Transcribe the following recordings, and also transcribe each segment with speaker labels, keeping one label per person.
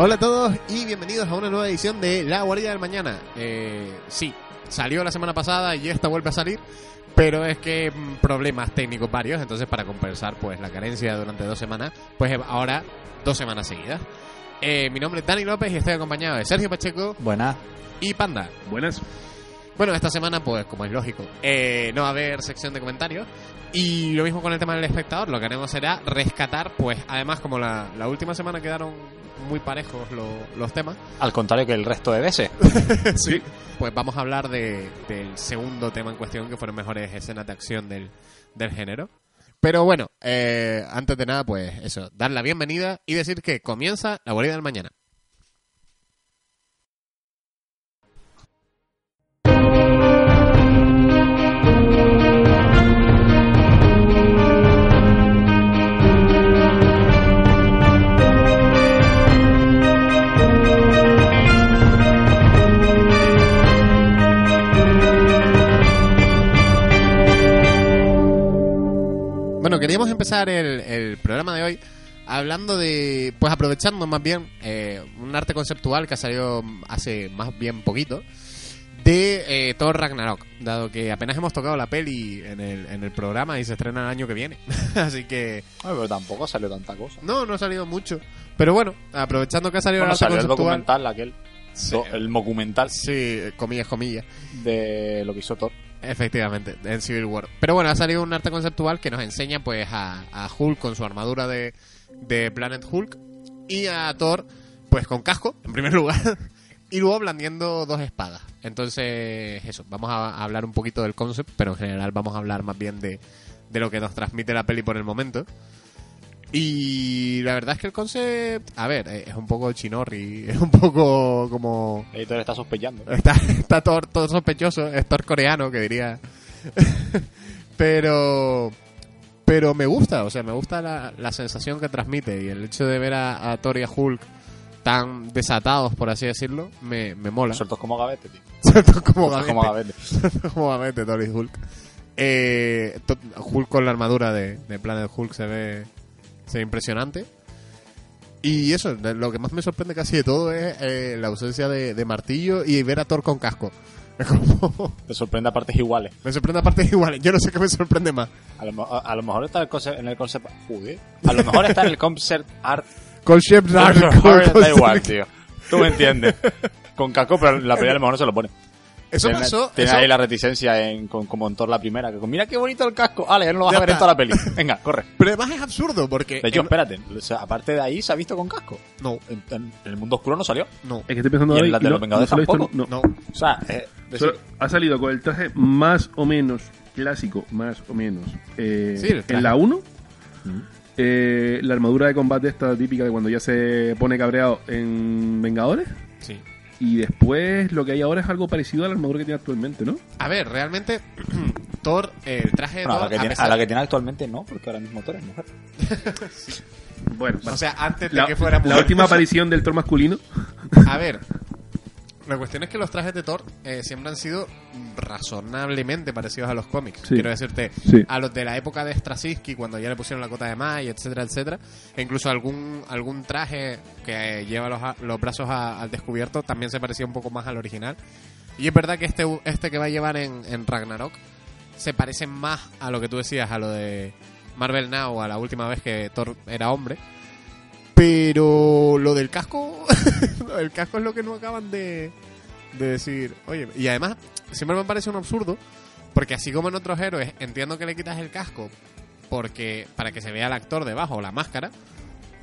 Speaker 1: Hola a todos y bienvenidos a una nueva edición de La Guardia del Mañana. Eh, sí, salió la semana pasada y esta vuelve a salir, pero es que mm, problemas técnicos varios, entonces para compensar pues la carencia durante dos semanas, pues eh, ahora dos semanas seguidas. Eh, mi nombre es Dani López y estoy acompañado de Sergio Pacheco
Speaker 2: Buenas.
Speaker 1: y Panda.
Speaker 3: Buenas.
Speaker 1: Bueno, esta semana, pues, como es lógico, eh, no va a haber sección de comentarios. Y lo mismo con el tema del espectador, lo que haremos será rescatar, pues, además, como la, la última semana quedaron muy parejos lo- los temas,
Speaker 2: Al contrario que el resto de veces.
Speaker 1: sí. pues vamos a hablar de- del segundo tema en cuestión, que fueron mejores escenas de acción del, del género. Pero bueno, eh, antes de nada, pues eso, dar la bienvenida y decir que comienza la guarida del mañana. Bueno, queríamos empezar el, el programa de hoy hablando de, pues aprovechando más bien eh, un arte conceptual que ha salido hace más bien poquito de eh, Thor Ragnarok, dado que apenas hemos tocado la peli en el, en el programa y se estrena el año que viene. Así que
Speaker 2: Ay, pero tampoco salió tanta cosa.
Speaker 1: no, no ha salido mucho. Pero bueno, aprovechando que ha salido
Speaker 2: Bueno,
Speaker 1: el arte
Speaker 2: salió el
Speaker 1: conceptual.
Speaker 2: documental, aquel.
Speaker 1: Sí,
Speaker 2: do- el documental
Speaker 1: sí, eh, comillas, comillas.
Speaker 2: de lo que hizo Thor.
Speaker 1: Efectivamente, en Civil War. Pero bueno, ha salido un arte conceptual que nos enseña pues a, a Hulk con su armadura de, de Planet Hulk y a Thor pues con casco, en primer lugar, y luego blandiendo dos espadas. Entonces, eso, vamos a hablar un poquito del concept, pero en general vamos a hablar más bien de, de lo que nos transmite la peli por el momento. Y la verdad es que el concept, a ver, eh, es un poco chinorri, es un poco como...
Speaker 2: El editor está sospechando.
Speaker 1: Está, está todo, todo sospechoso. Es Thor coreano, que diría. pero. Pero me gusta, o sea, me gusta la, la sensación que transmite. Y el hecho de ver a, a Thor y a Hulk tan desatados, por así decirlo, me, me mola.
Speaker 2: Sueltos como gavete, tío.
Speaker 1: Sueltos como
Speaker 2: Sueltos como
Speaker 1: gavete.
Speaker 2: gavete.
Speaker 1: Como gavete, Thor y Hulk. Eh, to- Hulk con la armadura de, de Planet Hulk se ve, se ve impresionante. Y eso, de- lo que más me sorprende casi de todo es eh, la ausencia de, de martillo y ver a Thor con casco. Es como-
Speaker 2: Te sorprende a partes iguales.
Speaker 1: me sorprende a partes iguales. Yo no sé qué me sorprende más.
Speaker 2: A lo, mo- a- a lo mejor está el concept, en el concept. Joder. A lo mejor está en el concept art.
Speaker 1: Con Shep
Speaker 2: A lo
Speaker 1: Dark,
Speaker 2: mejor
Speaker 1: con- con-
Speaker 2: da igual, tío. Tú me entiendes. Con Caco, pero la pelea a lo mejor no se lo pone.
Speaker 1: Eso
Speaker 2: Tiene-
Speaker 1: pasó.
Speaker 2: Tiene
Speaker 1: eso-
Speaker 2: ahí la reticencia en, con, como en Thor la primera. Que con, mira qué bonito el casco. Ale, ya no lo vas
Speaker 1: Ya
Speaker 2: a ver en
Speaker 1: está.
Speaker 2: toda la peli. Venga, corre.
Speaker 1: Pero además es absurdo porque.
Speaker 2: De hecho,
Speaker 1: en-
Speaker 2: espérate, o sea, aparte de ahí se ha visto con casco.
Speaker 1: No,
Speaker 2: En, en- en el mundo oscuro no salió.
Speaker 1: no,
Speaker 3: Es que estoy pensando
Speaker 2: Y en
Speaker 3: ahora
Speaker 2: la
Speaker 3: y
Speaker 2: de
Speaker 3: no-
Speaker 2: los Vengadores
Speaker 3: no se lo he visto,
Speaker 2: tampoco.
Speaker 3: no.
Speaker 1: no.
Speaker 2: O sea, eh, decir,
Speaker 3: Solo ha salido con el traje más o menos clásico, más o menos. Eh,
Speaker 1: Sí, el traje.
Speaker 3: en la 1, Mm. eh, la armadura de combate esta típica de cuando ya se pone cabreado en Vengadores.
Speaker 1: Sí.
Speaker 3: Y después lo que hay ahora es algo parecido a la armadura que tiene actualmente, ¿no?
Speaker 1: A ver, realmente. Thor, eh, el traje de
Speaker 2: bueno, a, la
Speaker 1: Thor.
Speaker 2: que
Speaker 1: a
Speaker 2: tiene,
Speaker 1: pesar-
Speaker 2: a la que tiene actualmente no, porque ahora mismo Thor es mujer.
Speaker 3: Bueno,
Speaker 1: O sea, antes de
Speaker 3: la,
Speaker 1: que fuera
Speaker 3: la
Speaker 1: mujer.
Speaker 3: última aparición del Thor masculino.
Speaker 1: A ver, la cuestión es que los trajes de Thor eh, siempre han sido razonablemente parecidos a los cómics.
Speaker 3: Sí.
Speaker 1: Quiero decirte,
Speaker 3: Sí.
Speaker 1: a los de la época de Straczynski, cuando ya le pusieron la cota de May, etcétera, etcétera. E incluso algún, algún traje que lleva los, a- los brazos a- al descubierto también se parecía un poco más al original. Y es verdad que este, este que va a llevar en, en Ragnarok se parece más a lo que tú decías, a lo de Marvel Now, a la última vez que Thor era hombre. Pero lo del casco, lo del casco es lo que no acaban de, de decir. Oye, y además, siempre me parece un absurdo, porque así como en otros héroes, entiendo que le quitas el casco porque para que se vea el actor debajo o la máscara,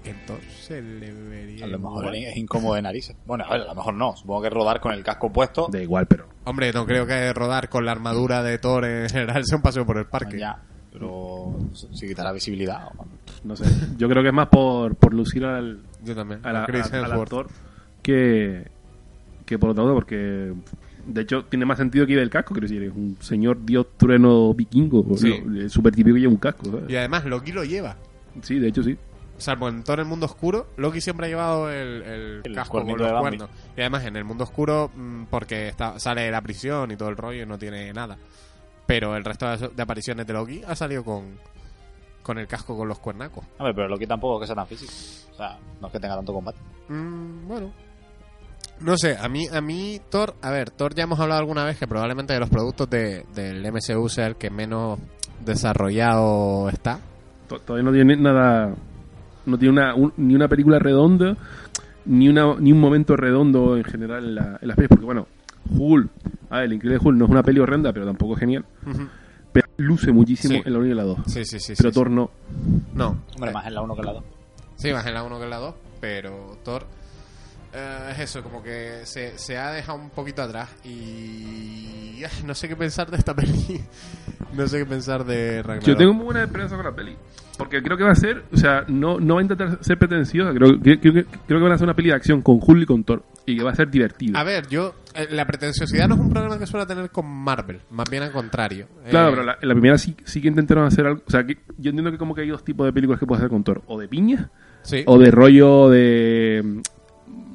Speaker 1: entonces le vería.
Speaker 4: A lo mejor ¿eh?
Speaker 1: igual.
Speaker 4: es incómodo de narices. Bueno, a ver, a lo mejor no. Supongo que rodar con el casco puesto.
Speaker 3: Da igual, pero.
Speaker 1: Hombre, no creo que rodar con la armadura de Thor en general sea un paseo por el parque.
Speaker 4: Ya. Pero si quitará visibilidad.
Speaker 3: No sé. Yo creo que es más por, por lucir al,
Speaker 1: Yo también.
Speaker 3: a la-
Speaker 1: A Chris
Speaker 3: a- al
Speaker 1: Hemsworth.
Speaker 3: actor que, que por otra cosa, porque de hecho tiene más sentido que ir el casco, quiero decir, es un señor dios trueno vikingo,
Speaker 1: Sí.
Speaker 3: lo- es súper típico que lleva un casco, ¿sabes?
Speaker 1: Y además, Loki lo lleva.
Speaker 3: Sí, de hecho sí.
Speaker 1: Salvo pues, en todo el mundo oscuro, Loki siempre ha llevado el, el
Speaker 4: El
Speaker 1: casco con
Speaker 4: cuernito
Speaker 1: los
Speaker 4: de Bambi.
Speaker 1: cuernos. Y además en el mundo oscuro, mm, porque está, sale de la prisión y todo el rollo y no tiene nada. Pero el resto de, de apariciones de Loki ha salido con, con el casco con los cuernacos.
Speaker 4: Hombre, pero Loki tampoco que sea tan físico. O sea, no es que tenga tanto combate.
Speaker 1: Mm, bueno. No sé, a mí, a mí Thor, a ver, Thor ya hemos hablado alguna vez que probablemente de los productos de, del MCU sea el que menos desarrollado está.
Speaker 3: To- Todavía no tiene nada, no tiene una, un- ni una película redonda, ni, una, ni un momento redondo en general en, la- en las pelis, porque bueno, Hulk, a ver, el increíble Hulk no es una peli horrenda, pero tampoco es genial, pero luce muchísimo
Speaker 1: Sí.
Speaker 3: en la 1 y en la 2.
Speaker 1: Sí, sí, sí.
Speaker 3: pero
Speaker 1: sí,
Speaker 3: Thor no.
Speaker 1: sí. No.
Speaker 4: Hombre, más en la 1 que en la 2.
Speaker 1: Sí, más en la 1 que en la 2, pero Thor eh, es eso, como que se, se ha dejado un poquito atrás y ay, no sé qué pensar de esta peli. No sé qué pensar de Ragnarok.
Speaker 3: Yo tengo muy buena esperanza con la peli. Porque creo que va a ser, o sea, no, no va a intentar ser pretenciosa. Creo, creo, creo que- creo que van a hacer una peli de acción con Hulk y con Thor. Y que va a ser divertido.
Speaker 1: A ver, yo eh, la pretenciosidad no es un problema que suele tener con Marvel, más bien al contrario.
Speaker 3: claro,
Speaker 1: Eh,
Speaker 3: pero la, en la primera sí, sí que intentaron hacer algo. O sea, que yo entiendo que como que hay dos tipos de películas que puedes hacer con Thor: o de piña,
Speaker 1: sí,
Speaker 3: o de rollo de.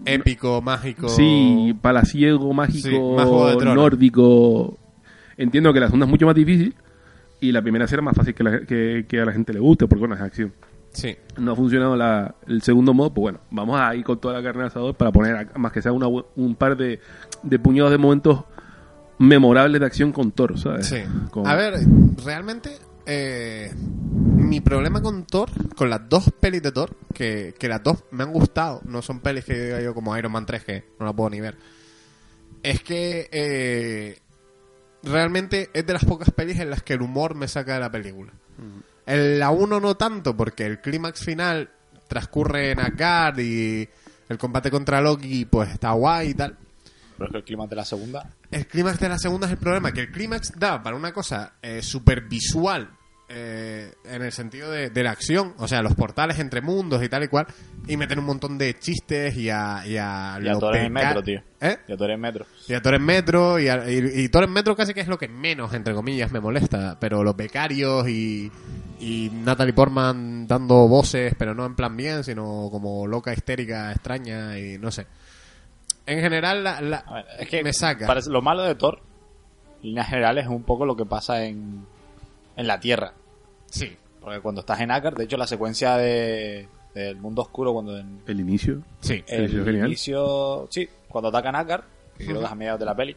Speaker 1: épico, mágico.
Speaker 3: Sí, palaciego, mágico,
Speaker 1: Sí, más Juego de Tronos.
Speaker 3: nórdico. Entiendo que la segunda es mucho más difícil. Y la primera será más fácil que, la- que- que a la gente le guste, porque bueno, es acción.
Speaker 1: Sí.
Speaker 3: no ha funcionado la- el segundo modo, pues bueno, vamos a ir con toda la carne al asador para poner, a- más que sea una bu- un par de, de puñados de momentos memorables de acción con Thor, ¿sabes?
Speaker 1: Sí.
Speaker 3: Con-
Speaker 1: A ver, realmente eh, mi problema con Thor, con las dos pelis de Thor, que, que las dos me han gustado, no son pelis que diga yo como Iron Man 3 que no la puedo ni ver, es que eh, realmente es de las pocas pelis en las que el humor me saca de la película. En la 1 no tanto, porque el clímax final transcurre en Asgard y el combate contra Loki pues está guay y tal.
Speaker 4: Pero es que el clima de la segunda.
Speaker 1: El clímax de la segunda es el problema, que el clímax da para una cosa eh, súper visual eh, en el sentido de, de la acción, o sea, los portales entre mundos y tal y cual, y meter un montón de chistes y a... Y a,
Speaker 4: Y a
Speaker 1: lo
Speaker 4: Thor en el
Speaker 1: peca-
Speaker 4: metro, tío.
Speaker 1: ¿Eh?
Speaker 4: Ya tú eres metro.
Speaker 1: Y a Thor en Metro, y, a- y, y Thor en Metro casi que es lo que menos, entre comillas, me molesta. Pero los becarios y, y Natalie Portman dando voces, pero no en plan bien, sino como loca, histérica, extraña y no sé. En general, la, la-
Speaker 4: A ver, es que
Speaker 1: me saca.
Speaker 4: parece- lo malo de Thor, en líneas generales, es un poco lo que pasa en, en la Tierra.
Speaker 1: Sí.
Speaker 4: Porque cuando estás en Acar, de hecho, la secuencia de, del mundo oscuro, cuando en
Speaker 3: El inicio.
Speaker 1: Sí,
Speaker 4: el
Speaker 3: eso es genial.
Speaker 4: inicio. Sí, cuando atacan Acar, que creo que es a mediados de la peli,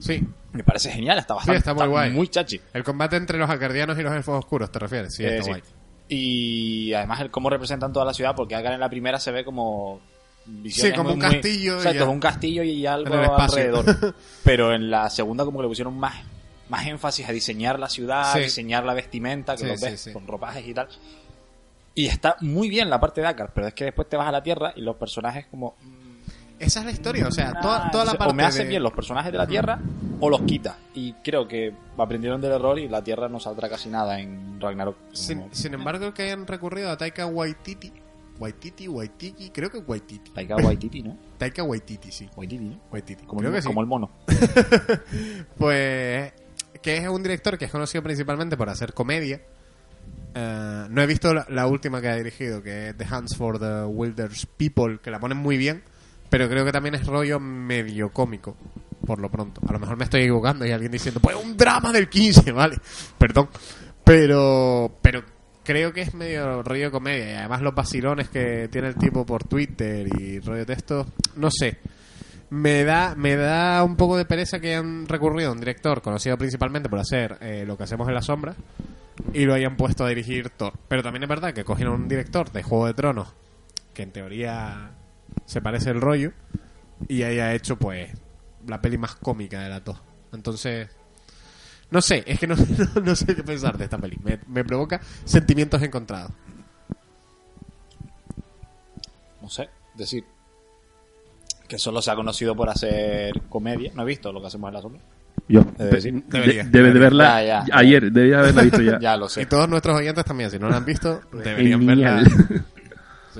Speaker 1: sí.
Speaker 4: me parece genial, está bastante.
Speaker 1: está muy guay.
Speaker 4: chachi.
Speaker 1: El combate entre los acardianos y los elfos oscuros, ¿te refieres? Sí,
Speaker 4: Eh,
Speaker 1: está
Speaker 4: sí.
Speaker 1: guay.
Speaker 4: Y además, el cómo representan toda la ciudad, porque Acar en la primera se ve como. visiones
Speaker 1: como un
Speaker 4: muy- muy-
Speaker 1: castillo y
Speaker 4: Exacto,
Speaker 1: ya.
Speaker 4: es un castillo y algo
Speaker 1: En el espacio.
Speaker 4: alrededor. Pero en la segunda, como que le pusieron más, más énfasis a diseñar la ciudad,
Speaker 1: Sí.
Speaker 4: diseñar la vestimenta, que
Speaker 1: Sí,
Speaker 4: los
Speaker 1: sí,
Speaker 4: ves
Speaker 1: sí.
Speaker 4: con ropajes y tal. Y está muy bien la parte de Acar, pero es que después te vas a la tierra y los personajes, como.
Speaker 1: Esa es la historia, o sea,
Speaker 4: Nah,
Speaker 1: toda, toda la
Speaker 4: o sea,
Speaker 1: parte.
Speaker 4: O me hacen
Speaker 1: de-
Speaker 4: bien los personajes de la Tierra o los quita. Y creo que aprendieron del error y la Tierra no saldrá casi nada en Ragnarok.
Speaker 1: Sin,
Speaker 4: Como-
Speaker 1: sin embargo, que hayan recurrido a Taika Waititi. Waititi, Waitiki, creo que Waititi.
Speaker 4: Taika Waititi, ¿no?
Speaker 1: Taika Waititi, sí.
Speaker 4: Waititi, ¿no?
Speaker 1: Waititi.
Speaker 4: Como,
Speaker 1: creo
Speaker 4: el,
Speaker 1: que sí.
Speaker 4: como el mono.
Speaker 1: Pues que es un director que es conocido principalmente por hacer comedia. Eh, no he visto la, la última que ha dirigido, que es The Hands for the Wilders People, que la ponen muy bien, pero creo que también es rollo medio cómico, por lo pronto. A lo mejor me estoy equivocando y alguien diciendo, pues un drama del 15, ¿vale? Perdón. Pero, pero creo que es medio rollo comedia. Y además los vacilones que tiene el tipo por Twitter y rollo texto, no sé. Me da, me da un poco de pereza que hayan recurrido a un director conocido principalmente por hacer eh, lo que hacemos en la sombra y lo hayan puesto a dirigir Thor. Pero también es verdad que cogieron un director de Juego de Tronos que en teoría se parece el rollo y haya hecho pues la peli más cómica de las dos. Entonces, no sé, es que no, no, no sé qué pensar de esta peli. Me, me provoca sentimientos encontrados.
Speaker 4: No sé, decir que solo se ha conocido por hacer comedia. No he visto lo que hacemos en la sombra.
Speaker 3: Yo.
Speaker 4: Es decir,
Speaker 3: de-
Speaker 1: debería.
Speaker 3: de- debes de verla
Speaker 4: Ya, ya.
Speaker 3: ayer, debías haberla visto ya.
Speaker 4: Ya lo
Speaker 1: Y
Speaker 4: sé.
Speaker 1: todos nuestros oyentes también, si no la han visto, deberían verla.
Speaker 3: Genial.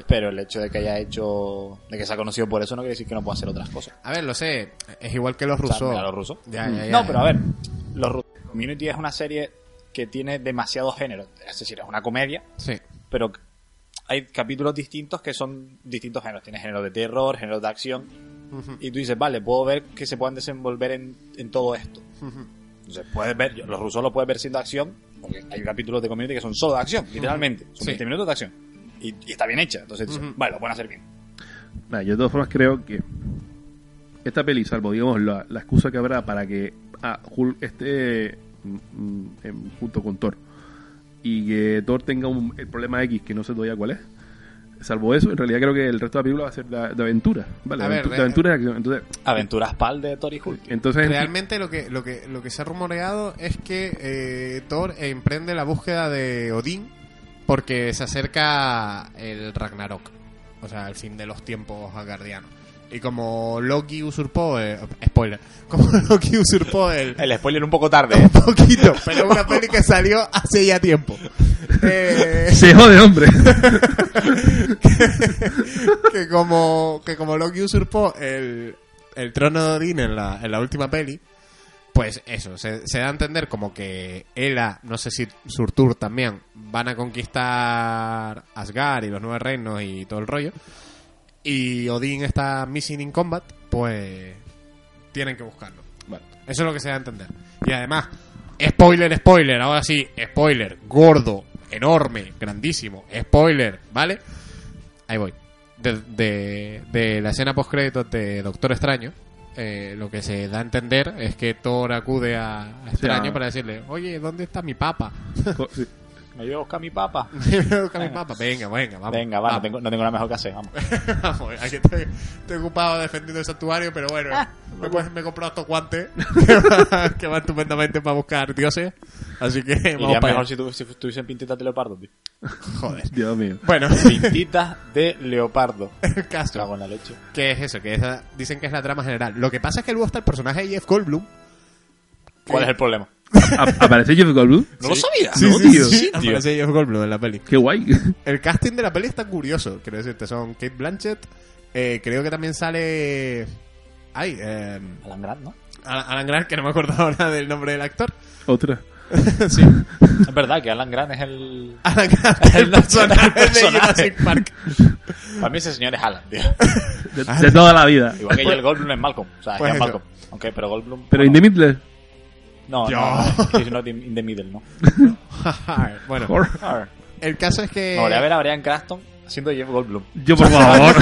Speaker 4: Pero el hecho de que haya hecho. de que se ha conocido por eso no quiere decir que no pueda hacer otras cosas.
Speaker 1: A ver, lo sé, es igual que los
Speaker 4: O sea,
Speaker 1: rusos.
Speaker 4: mira, los rusos.
Speaker 1: Ya, ya, ya.
Speaker 4: Mm. No, pero a ver, los rusos. Community es una serie que tiene demasiados géneros. Es decir, es una comedia,
Speaker 1: Sí.
Speaker 4: pero hay capítulos distintos que son distintos géneros. Tienes género de terror, género de acción. Y tú dices, vale, puedo ver que se puedan desenvolver en, en todo esto. Entonces, puedes ver, los rusos lo puedes ver siendo acción, porque hay capítulos de community que son solo de acción, literalmente. Son
Speaker 1: Sí.
Speaker 4: 20 minutos de acción. Y, y está bien hecha. Entonces, dices,
Speaker 1: Ujú.
Speaker 4: vale, lo pueden hacer bien.
Speaker 3: Nah, yo de todas formas creo que esta peli, salvo digamos la, la excusa que habrá para que ah, Hulk esté mm, mm, em, junto con Thor y que Thor tenga un, el problema X que no sé todavía cuál es. Salvo eso, en realidad creo que el resto de la película va a ser de, de aventura. Vale,
Speaker 1: A
Speaker 3: de,
Speaker 1: ver,
Speaker 3: aventu- de
Speaker 1: eh,
Speaker 3: aventura y acción. Entonces,
Speaker 4: Aventuras Pal de Tori Hulk.
Speaker 3: entonces
Speaker 1: Realmente lo que, lo que, lo que se ha rumoreado es que eh, Thor emprende la búsqueda de Odín porque se acerca el Ragnarok, o sea, el fin de los tiempos asgardianos. Y como Loki usurpó, eh, spoiler, como Loki usurpó el,
Speaker 4: El spoiler un poco tarde. ¿eh?
Speaker 1: un poquito, pero una peli que salió hace ya tiempo. Eh,
Speaker 3: se jode, hombre.
Speaker 1: que como que como Loki usurpó el, el trono de Odín en la, en la última peli, pues eso, se, se da a entender como que Ela, no sé si Surtur también, van a conquistar Asgard y los nueve reinos y todo el rollo. Y Odín está missing in combat, pues tienen que buscarlo.
Speaker 3: Vale.
Speaker 1: Eso es lo que se da a entender. Y además, spoiler, spoiler, ahora sí, spoiler, gordo, enorme, grandísimo, spoiler, ¿vale? Ahí voy. De, de- de la escena postcréditos de Doctor Extraño, eh, lo que se da a entender es que Thor acude a, a Extraño para decirle, oye, ¿dónde está mi papa?
Speaker 3: Co- sí.
Speaker 4: Me voy a buscar mi papa.
Speaker 1: Busca mi papa. Venga, venga, vamos.
Speaker 4: Venga, va, no
Speaker 1: vamos.
Speaker 4: tengo, no tengo nada mejor que hacer, vamos.
Speaker 1: Vamos, aquí estoy, estoy ocupado defendiendo el santuario, pero bueno, me, pues- me he comprado estos guantes que van que van estupendamente para buscar dioses. Así que vamos
Speaker 4: Iría
Speaker 1: para allá.
Speaker 4: mejor si, tu, si tuviesen pintitas de leopardo, tío.
Speaker 1: Joder.
Speaker 3: Dios mío.
Speaker 1: Bueno,
Speaker 4: Pintitas de leopardo.
Speaker 1: el caso.
Speaker 4: Cago en la leche.
Speaker 1: ¿Qué es eso? Que esa- dicen que es la trama general. Lo que pasa es que luego está el personaje de Jeff Goldblum.
Speaker 4: ¿Cuál es el problema?
Speaker 3: A- ¿Aparece Jeff Goldblum?
Speaker 4: No lo sabía.
Speaker 3: Sí, No, sí, tío.
Speaker 1: sí, Aparece Jeff Goldblum en la peli.
Speaker 3: Qué guay.
Speaker 1: El casting de la peli está curioso, quiero decirte. Son Kate Blanchett. eh, creo que también sale. Ay, eh,
Speaker 4: Alan Grant, ¿no?
Speaker 1: Alan Alan Grant, que no me acuerdo ahora del nombre del actor.
Speaker 3: Otra.
Speaker 1: sí.
Speaker 4: Es verdad que Alan Grant es el.
Speaker 1: Alan Grant, el
Speaker 4: El personaje.
Speaker 1: personaje de Jurassic Park.
Speaker 4: Para mí ese señor es Alan, tío.
Speaker 3: De, de toda la vida.
Speaker 1: Ah,
Speaker 4: Igual que el Goldblum es Malcolm. O sea,
Speaker 1: Pues
Speaker 4: ya es
Speaker 1: eso.
Speaker 4: Malcolm. Ok, pero Goldblum.
Speaker 3: Pero
Speaker 4: bueno,
Speaker 3: in the middle.
Speaker 4: No,
Speaker 1: Yo.
Speaker 4: no, no. He's not in, in the middle, ¿no?
Speaker 1: bueno,
Speaker 3: Por-
Speaker 4: Arr.
Speaker 1: el caso es que.
Speaker 4: No, voy a ver a Brian Cranston haciendo Jeff Goldblum.
Speaker 3: Yo, por favor.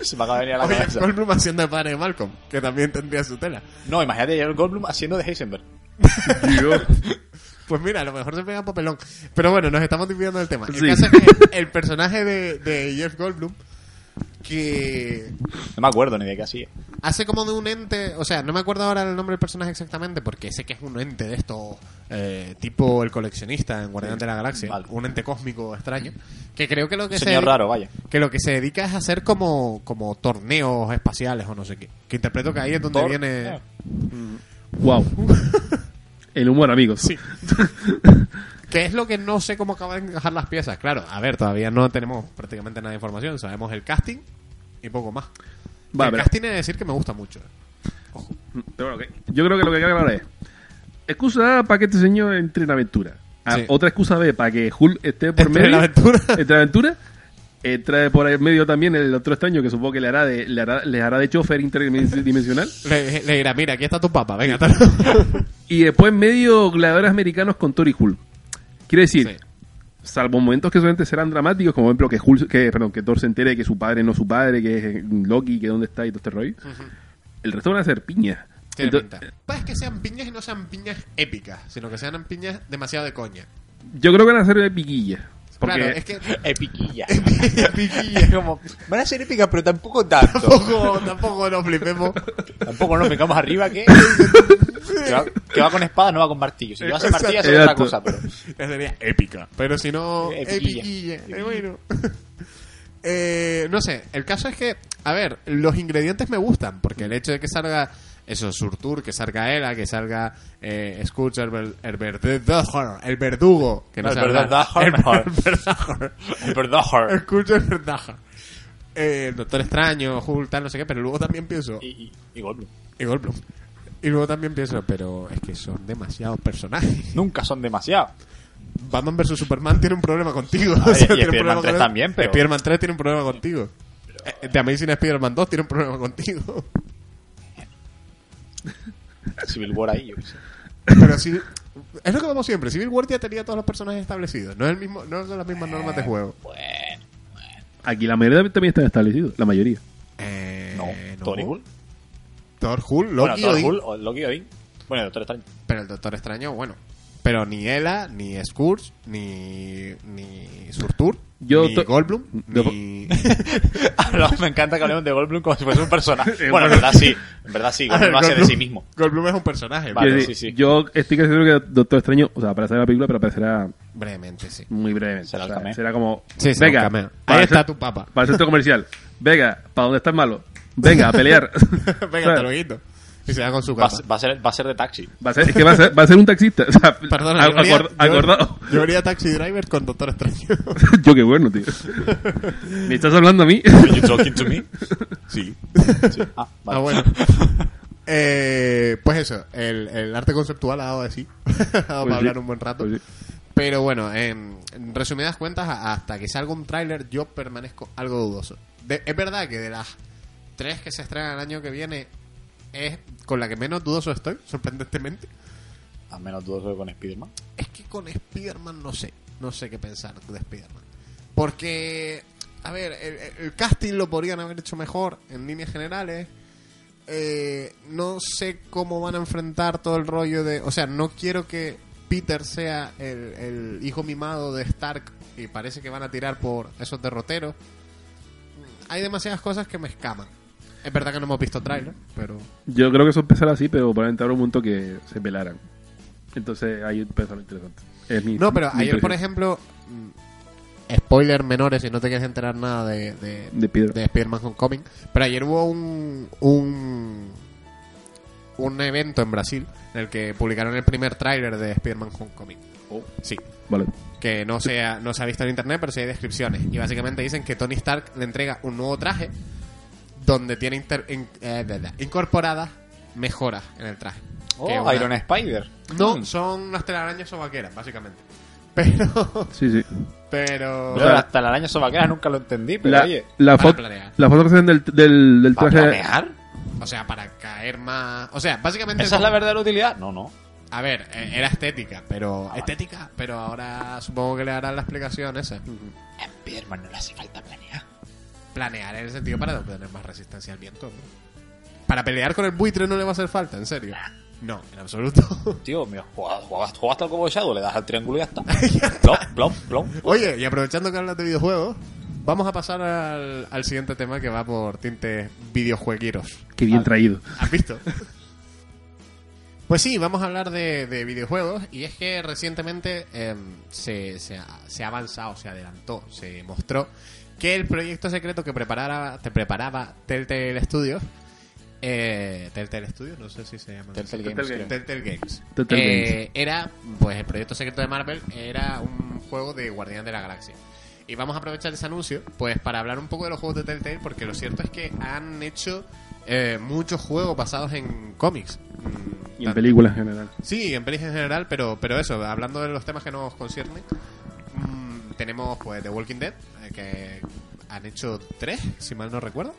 Speaker 4: Se me acaba de venir a la
Speaker 1: Oye,
Speaker 4: cabeza.
Speaker 1: Goldblum haciendo de padre de Malcolm, que también tendría su tela.
Speaker 4: No, imagínate a Jeff Goldblum haciendo de Heisenberg.
Speaker 3: Dios.
Speaker 1: Pues mira, a lo mejor se pega papelón. Pero bueno, nos estamos dividiendo del tema. El
Speaker 3: Sí.
Speaker 1: caso es que el personaje de, de Jeff Goldblum, que
Speaker 4: No me acuerdo ni de qué hacía.
Speaker 1: hace como de un ente, o sea, no me acuerdo ahora el nombre del personaje exactamente, porque sé que es un ente de esto, tipo el coleccionista en Guardián de la Galaxia,
Speaker 4: Vale.
Speaker 1: un ente cósmico extraño, que creo que lo que
Speaker 4: Señor
Speaker 1: se...
Speaker 4: raro, vaya.
Speaker 1: Que lo que se dedica es a hacer como, como torneos espaciales o no sé qué. Que interpreto que ahí es donde
Speaker 4: Thor.
Speaker 1: viene.
Speaker 3: Wow. El humor, amigos.
Speaker 1: Sí. que es lo que no sé cómo acaban de encajar las piezas. Claro, a ver, todavía no tenemos prácticamente nada de información. Sabemos el casting y poco más. Que
Speaker 3: Va,
Speaker 1: el
Speaker 3: pero,
Speaker 1: casting es decir que me gusta mucho.
Speaker 3: pero bueno, que- yo creo que lo que queda claro es excusa A para que este señor entre en aventura. Ah,
Speaker 1: Sí.
Speaker 3: Otra excusa B para que Hulk esté por
Speaker 1: Entre en
Speaker 3: medio.
Speaker 1: aventura.
Speaker 3: Entre en aventura. Eh, trae por ahí medio también el otro extraño que supongo que le hará de, le hará, les hará de chofer interdimensional.
Speaker 1: Le, le dirá, mira, aquí está tu papa, venga. tal".
Speaker 3: Y después medio gladiadores americanos con Tori Hulk. Quiere decir,
Speaker 1: Sí.
Speaker 3: salvo momentos que solamente serán dramáticos, como por ejemplo que, Hulk, que, perdón, que Thor se entere que su padre no es su padre, que es eh, Loki, que dónde está y todo este rollo. El resto van a ser piñas.
Speaker 1: Tiene
Speaker 3: Ento-
Speaker 1: pinta. Pues que sean piñas y no sean piñas épicas, sino que sean piñas demasiado de coña.
Speaker 3: eh, Yo creo que van a ser piquillas. Porque-
Speaker 1: Claro, es que
Speaker 2: Epiquilla.
Speaker 1: piquilla.
Speaker 2: Como, van a ser épicas, pero tampoco tanto.
Speaker 1: Tampoco, tampoco nos flipemos.
Speaker 2: tampoco nos pegamos arriba que... que, va, que va con espada, no va con martillo. Si vas a hacer martillo, hace otra
Speaker 3: Exacto.
Speaker 2: cosa, pero...
Speaker 1: Ya sería épica. Pero si no,
Speaker 2: Epiquilla.
Speaker 1: epiquilla. Eh, bueno. Eh, no sé, el caso es que, a ver, los ingredientes me gustan, porque el hecho de que salga eso, Surtur, que salga Ela, que salga eh, Scooch, el, ver- el verdugo, el verdugo, que no
Speaker 2: El
Speaker 1: sé hablar.
Speaker 2: verdugo.
Speaker 1: El verdugo.
Speaker 2: El verdader.
Speaker 1: Escucho el verdugo. Eh, Doctor Extraño, Hulk, tal, no sé qué, pero luego también pienso,
Speaker 2: Y, y, y Goldblum.
Speaker 1: y Goldblum. Y luego también pienso, pero es que son demasiados personajes.
Speaker 2: Nunca son demasiado.
Speaker 1: Batman vs Superman tiene un problema contigo.
Speaker 2: Ah, y- y
Speaker 1: tiene un
Speaker 2: Spider-Man
Speaker 1: problema
Speaker 2: 3
Speaker 1: con-
Speaker 2: también, pero-
Speaker 1: Spider-Man 3 tiene un problema contigo. Eh, The Amazing Spider-Man 2 tiene un problema contigo.
Speaker 2: Civil War ahí, yo qué sé.
Speaker 1: Pero sí. Es lo que vamos siempre. Civil War ya tenía todos los personajes establecidos. No, es el mismo, no son las mismas normas de juego.
Speaker 3: Aquí la mayoría también están establecidos, la mayoría.
Speaker 1: Eh,
Speaker 2: No, Tony Hull.
Speaker 1: Thor Hulk,
Speaker 2: Bueno,
Speaker 1: Loki,
Speaker 2: Thor
Speaker 1: Odín.
Speaker 2: Hull, o Loki Odin. Bueno, Doctor Strange.
Speaker 1: Pero el Doctor Extraño, bueno. Pero ni Ela, ni Scourge, ni, ni Surtur,
Speaker 3: Yo
Speaker 1: ni
Speaker 3: to-
Speaker 1: Goldblum,
Speaker 3: Yo-
Speaker 1: ni...
Speaker 2: Hablamos- me encanta que hablemos de Goldblum como si fuese un personaje.
Speaker 3: Eh,
Speaker 2: Bueno, en
Speaker 3: bueno.
Speaker 2: verdad sí. En verdad sí,
Speaker 1: A ver,
Speaker 2: Goldblum lo hace de
Speaker 1: Goldblum-
Speaker 2: sí mismo.
Speaker 1: Goldblum es un personaje.
Speaker 2: Vale,
Speaker 3: Quiero
Speaker 1: pero
Speaker 2: sí, sí.
Speaker 3: Yo estoy casi seguro que Doctor Extraño, o sea, aparecerá en la película, pero aparecerá
Speaker 1: Brevemente, sí.
Speaker 3: muy brevemente.
Speaker 2: Será
Speaker 3: O
Speaker 2: el
Speaker 3: sea,
Speaker 2: cameo.
Speaker 3: será como,
Speaker 1: Sí, será un
Speaker 3: venga,
Speaker 1: cameo. Ahí
Speaker 3: para el
Speaker 1: está
Speaker 3: cen-
Speaker 1: tu papa.
Speaker 3: Para el centro comercial. Venga, ¿para dónde está el malo? Venga, a pelear.
Speaker 1: Venga,
Speaker 3: O sea,
Speaker 1: te lo quito. Y se va con su
Speaker 2: Va, a
Speaker 1: capa.
Speaker 2: ser- va a ser, va a ser de taxi.
Speaker 3: Va a ser, es que va a ser, va a ser un taxista. O sea,
Speaker 1: Perdona,
Speaker 3: a-
Speaker 1: yo haría-
Speaker 3: acord- acordado.
Speaker 1: yo, yo haría Taxi Driver con Doctor Extraño.
Speaker 3: Yo qué bueno, tío. ¿Me estás hablando a mí?
Speaker 2: Are you talking to me? Sí. Ah, vale.
Speaker 1: Ah, bueno. Eh, pues eso, el, el arte conceptual ha dado de sí. ha dado
Speaker 3: Pues
Speaker 1: para
Speaker 3: sí.
Speaker 1: hablar un buen rato.
Speaker 3: Pues sí.
Speaker 1: Pero bueno, en, en resumidas cuentas, a- hasta que salga un tráiler yo permanezco algo dudoso. De- es verdad que de las tres que se estrenan el año que viene es con la que menos dudoso estoy, sorprendentemente.
Speaker 2: A menos dudoso que con Spider-Man.
Speaker 1: Es que con Spider-Man no sé. No sé qué pensar de Spider-Man. Porque, a ver, el, el casting lo podrían haber hecho mejor en líneas generales. Eh, no sé cómo van a enfrentar todo el rollo de... O sea, no quiero que Peter sea el, el hijo mimado de Stark y parece que van a tirar por esos derroteros. Hay demasiadas cosas que me escaman. Es verdad que no hemos visto trailer, pero...
Speaker 3: Yo creo que eso empezará así, pero probablemente habrá un momento que se pelaran. Entonces ahí empieza lo interesante. Es mi-
Speaker 1: No, pero
Speaker 3: mi
Speaker 1: ayer, por
Speaker 3: impresión.
Speaker 1: ejemplo, mm, spoiler menores, si no te quieres enterar nada de, de,
Speaker 3: De piedra.
Speaker 1: de Spider-Man Homecoming, pero ayer hubo un, un, un evento en Brasil en el que publicaron el primer tráiler de Spider-Man Homecoming. Sí,
Speaker 3: Oh, Vale.
Speaker 1: que no, sea, no se ha visto en internet, pero sí hay descripciones. Y básicamente dicen que Tony Stark le entrega un nuevo traje donde tiene inter- in- eh, da- da- incorporadas mejoras en el traje.
Speaker 2: Oh,
Speaker 1: Que una-
Speaker 2: Iron Spider. Mm.
Speaker 1: No, son unas telarañas o vaqueras, básicamente. Pero
Speaker 3: Sí, sí.
Speaker 1: Pero.
Speaker 2: Yo las telarañas sobaqueras nunca lo entendí, pero
Speaker 3: La,
Speaker 2: oye.
Speaker 3: la,
Speaker 1: para
Speaker 3: foto
Speaker 1: planear.
Speaker 3: la foto recién del, del, del
Speaker 2: ¿Para
Speaker 3: traje.
Speaker 2: planear?
Speaker 1: O sea, para caer más. O sea, básicamente.
Speaker 2: ¿Esa es la verdadera utilidad? No, no.
Speaker 1: A ver, eh, era estética,
Speaker 2: Ah,
Speaker 1: pero. estética, pero ahora supongo que le darán la explicación esa.
Speaker 2: A Spider-Man no le hace falta planear.
Speaker 1: Planear en el sentido para obtener más resistencia al viento. ¿no? Para pelear con el buitre no le va a hacer falta, en serio. No, en absoluto.
Speaker 2: Tío, mira, juegas, juegas, juegas tal como Shadow, le das al triángulo y ya está. plom, plom, plom.
Speaker 1: Oye, y aprovechando que hablas de videojuegos, vamos a pasar al, al siguiente tema que va por tintes videojuegueros.
Speaker 3: Qué bien traído.
Speaker 1: ¿Has visto? Pues sí, vamos a hablar de, de videojuegos y es que recientemente eh, se, se ha, se ha avanzado, se adelantó, se mostró que el proyecto secreto que preparara, te preparaba Telltale Studios, eh, Telltale Studios, no sé si se llama.
Speaker 2: Telltale
Speaker 1: así.
Speaker 2: Games,
Speaker 3: creo.
Speaker 1: Telltale Games.
Speaker 3: Telltale
Speaker 1: Eh, era, pues el proyecto secreto de Marvel era un juego de Guardián de la Galaxia. Y vamos a aprovechar ese anuncio, pues para hablar un poco de los juegos de Telltale, porque lo cierto es que han hecho eh, muchos juegos basados en cómics. Mm,
Speaker 3: Y en
Speaker 1: tan-
Speaker 3: películas en general.
Speaker 1: Sí, en pelis en general, pero, pero eso, hablando de los temas que nos conciernen, mm, tenemos pues The Walking Dead, eh, que han hecho tres, si mal no recuerdo.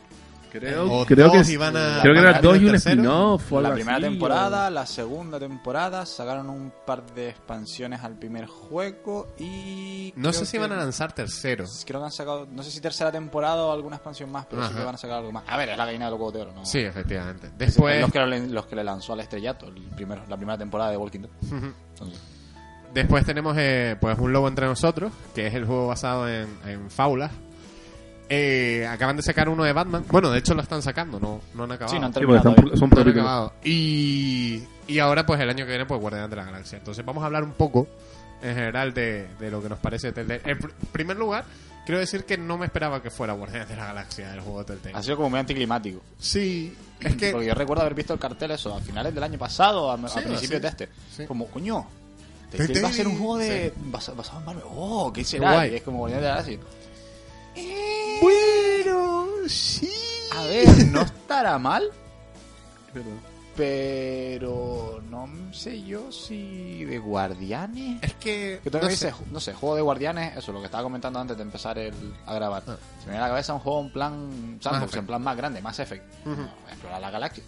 Speaker 1: Eh, O
Speaker 3: creo
Speaker 1: dos
Speaker 3: que, es-
Speaker 1: y van a-
Speaker 3: creo que
Speaker 1: van a
Speaker 3: era
Speaker 1: abrir
Speaker 3: dos
Speaker 1: el
Speaker 3: y un
Speaker 1: tercero.
Speaker 3: spin-off. o
Speaker 4: La
Speaker 3: algo
Speaker 4: primera
Speaker 3: así, o-
Speaker 4: temporada, la segunda temporada, sacaron un par de expansiones al primer juego y...
Speaker 1: No
Speaker 4: creo
Speaker 1: sé si
Speaker 4: que-
Speaker 1: van a lanzar tercero.
Speaker 4: Creo que han sacado, no sé si tercera temporada o alguna expansión más, pero sí
Speaker 1: Ajá.
Speaker 4: que van a sacar algo más. A ver, es la gallina de los huevos de oro, ¿no?
Speaker 1: Sí, pues- efectivamente.
Speaker 4: Es decir,
Speaker 1: Después...
Speaker 4: Los que, le- los que le lanzó al estrellato el primero, la primera temporada de Walking Dead. Entonces,
Speaker 1: Después tenemos eh, pues un lobo entre nosotros, que es el juego basado en, en fábulas. Eh, acaban de sacar uno de Batman. Bueno, de hecho lo están sacando, no, no han acabado.
Speaker 4: Sí, no han
Speaker 3: Sí, porque
Speaker 4: terminado.
Speaker 3: están
Speaker 4: hoy.
Speaker 3: pro- son
Speaker 1: No han
Speaker 3: propios.
Speaker 1: acabado. Y, y ahora pues el año que viene pues Guardianes de la Galaxia. Entonces vamos a hablar un poco en general de, de lo que nos parece Telltale. En pr- primer lugar, quiero decir que no me esperaba que fuera Guardianes de la Galaxia el juego de
Speaker 4: Ha
Speaker 1: Telltale.
Speaker 4: sido como muy anticlimático.
Speaker 1: Sí, es que...
Speaker 4: ¿Ah, Porque yo recuerdo haber visto el cartel eso a finales del año pasado, a, a
Speaker 1: Sí,
Speaker 4: principios
Speaker 1: así.
Speaker 4: de este.
Speaker 1: Sí.
Speaker 4: Como, coño,
Speaker 1: Te-
Speaker 4: Telltale va a
Speaker 1: te-
Speaker 4: ser un juego de basa- basado en Marvel. Oh, qué será.
Speaker 1: guay.
Speaker 4: Y es como Guardianes de la Galaxia.
Speaker 1: Bueno, sí.
Speaker 4: A ver, no estará mal,
Speaker 3: Pero-
Speaker 4: pero no sé yo si de Guardianes.
Speaker 1: Es que... no
Speaker 4: Que todavía
Speaker 1: sé.
Speaker 4: dice, no sé, juego de guardianes, eso, lo que estaba comentando antes de empezar el, a grabar.
Speaker 1: Ah.
Speaker 4: Se me viene a la cabeza un juego en plan sandbox,
Speaker 1: Effect.
Speaker 4: en plan más grande, más effect.
Speaker 1: Ujú.
Speaker 4: Explorar la galaxia.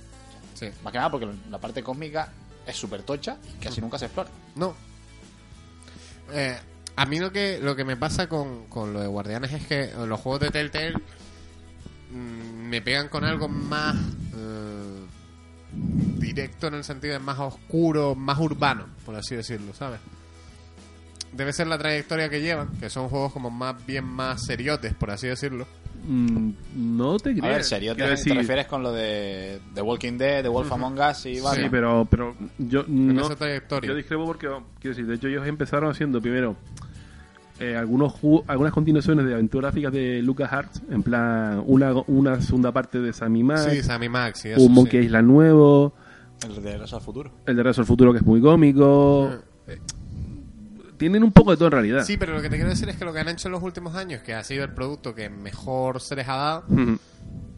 Speaker 1: Sí.
Speaker 4: Más que nada porque la parte cósmica es súper tocha y casi nunca se explora.
Speaker 1: No. Eh, a mí lo que, lo que me pasa con, con lo de Guardianes es que los juegos de Telltale mm, me pegan con algo más eh, directo en el sentido de más oscuro, más urbano, por así decirlo, ¿sabes? Debe ser la trayectoria que llevan, que son juegos como más bien más seriotes, por así decirlo.
Speaker 3: Mm, no te
Speaker 4: A
Speaker 3: creas.
Speaker 4: ver, serio, te,
Speaker 3: Quiero
Speaker 4: te
Speaker 3: decir-
Speaker 4: refieres con lo de The Walking Dead, The Wolf Among Us y
Speaker 3: Sí,
Speaker 4: Batman.
Speaker 3: pero, pero yo no.
Speaker 1: esa trayectoria.
Speaker 3: Yo discrepo porque, quiero decir, de hecho, ellos empezaron haciendo primero eh, algunos ju- algunas continuaciones de aventuras gráficas de Lucas Arts, en plan, una, una segunda parte de Sammy Max,
Speaker 1: Sí, Sammy Max y eso.
Speaker 3: un Monkey
Speaker 1: sí.
Speaker 3: Island nuevo,
Speaker 4: El de Regreso al Futuro.
Speaker 3: el de Rezo al Futuro que es muy cómico. Tienen un poco de todo en realidad.
Speaker 1: Eh, Sí, pero lo que te quiero decir es que lo que han hecho en los últimos años, que ha sido el producto que mejor se les ha dado,
Speaker 3: Ujú.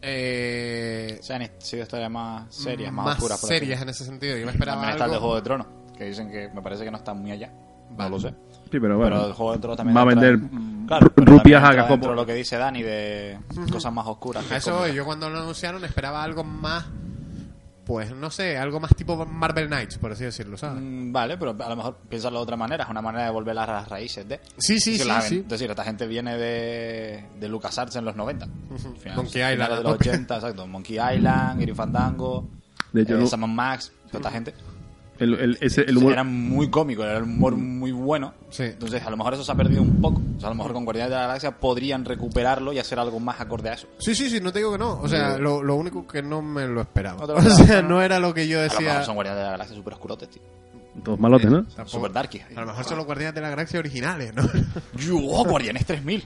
Speaker 1: eh,
Speaker 4: O sea, han sido historias más serias, más,
Speaker 1: Mm, más
Speaker 4: oscuras. por así
Speaker 1: serias en ese sentido. Yo me esperaba
Speaker 4: También está el de
Speaker 1: algo.
Speaker 4: Juego de Tronos, que dicen que me parece que no está muy allá.
Speaker 1: Vale. Mm.
Speaker 4: No lo sé.
Speaker 3: Sí, pero bueno.
Speaker 4: Pero el Juego de Tronos también
Speaker 3: va a
Speaker 4: entra-
Speaker 3: vender
Speaker 4: claro,
Speaker 3: ru-
Speaker 4: pero
Speaker 3: rupias
Speaker 4: también
Speaker 3: a
Speaker 4: entra
Speaker 3: Cacopo.
Speaker 4: dentro de lo que dice Dani de cosas más oscuras. que
Speaker 1: A eso
Speaker 4: como-
Speaker 1: voy. yo cuando lo anunciaron esperaba algo más, pues no sé, algo más tipo Marvel Knights, por así decirlo, ¿sabes?
Speaker 4: Mm, Vale, pero a lo mejor piénsalo de otra manera. Es una manera de volver a las raíces de.
Speaker 1: Sí, sí,
Speaker 4: Es
Speaker 1: sí,
Speaker 4: decir, la-
Speaker 1: sí.
Speaker 4: Es decir, esta gente viene de, de LucasArts en los 90. Finales-
Speaker 1: Monkey
Speaker 4: finales
Speaker 1: Island,
Speaker 4: De
Speaker 1: a
Speaker 4: los
Speaker 1: tope.
Speaker 4: 80, exacto. Monkey Island, Grim Fandango,
Speaker 3: De hecho,
Speaker 4: eh,
Speaker 3: no-
Speaker 4: Sam and Max, toda esta gente.
Speaker 3: El, el- ese- el humor-
Speaker 4: Era muy cómico, era un humor muy bueno.
Speaker 1: Sí.
Speaker 4: Entonces, a lo mejor eso se ha perdido un poco. O sea, a lo mejor con Guardianes de la Galaxia podrían recuperarlo y hacer algo más acorde a eso.
Speaker 1: Sí, sí, sí, no te digo que no. O sea, lo, lo único que no me lo esperaba.
Speaker 4: No te lo
Speaker 1: o
Speaker 4: esperabas,
Speaker 1: sea,
Speaker 4: Mm. ¿no?
Speaker 1: no era lo que yo
Speaker 4: A lo
Speaker 1: decía.
Speaker 4: mejor son Guardianes de la Galaxia super oscurotes, tío.
Speaker 3: Todos malotes, ¿no?
Speaker 1: Tampoco-
Speaker 4: Super darkies.
Speaker 1: A lo mejor
Speaker 4: Ah.
Speaker 1: son los Guardianes de la Galaxia originales, ¿no?
Speaker 4: Yo, Guardianes 3000.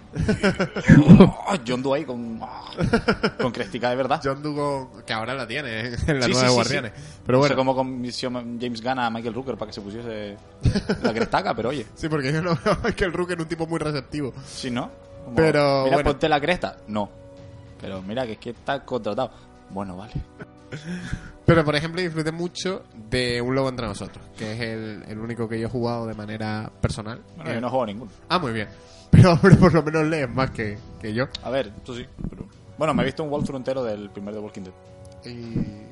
Speaker 4: Oh, John Dewey con, ah, con Crestica de verdad.
Speaker 1: John Dugo, que ahora la tiene en la
Speaker 4: Sí,
Speaker 1: nueva
Speaker 4: sí, sí,
Speaker 1: Guardianes.
Speaker 4: sí.
Speaker 1: Pero bueno.
Speaker 4: No sé cómo convenció James Gunn a Michael Rooker para que se pusiese la crestaca, pero oye,
Speaker 1: Sí, porque yo no veo a Michael Rook en un tipo muy receptivo.
Speaker 4: si no. como,
Speaker 1: Pero,
Speaker 4: Mira,
Speaker 1: bueno.
Speaker 4: ponte la cresta. No. Pero mira, que es que está contratado. Bueno, vale.
Speaker 1: Pero, por ejemplo, disfruté mucho de Un Lobo Entre Nosotros, que es el, el único que yo he jugado de manera personal.
Speaker 4: Bueno,
Speaker 1: Eh,
Speaker 4: yo no juego a ninguno.
Speaker 1: Ah, muy bien. Pero, pero por lo menos lees más que, que yo.
Speaker 4: A ver, tú sí. pero- Bueno, me he visto un walkthrough entero del primer de Walking Dead.
Speaker 1: Y...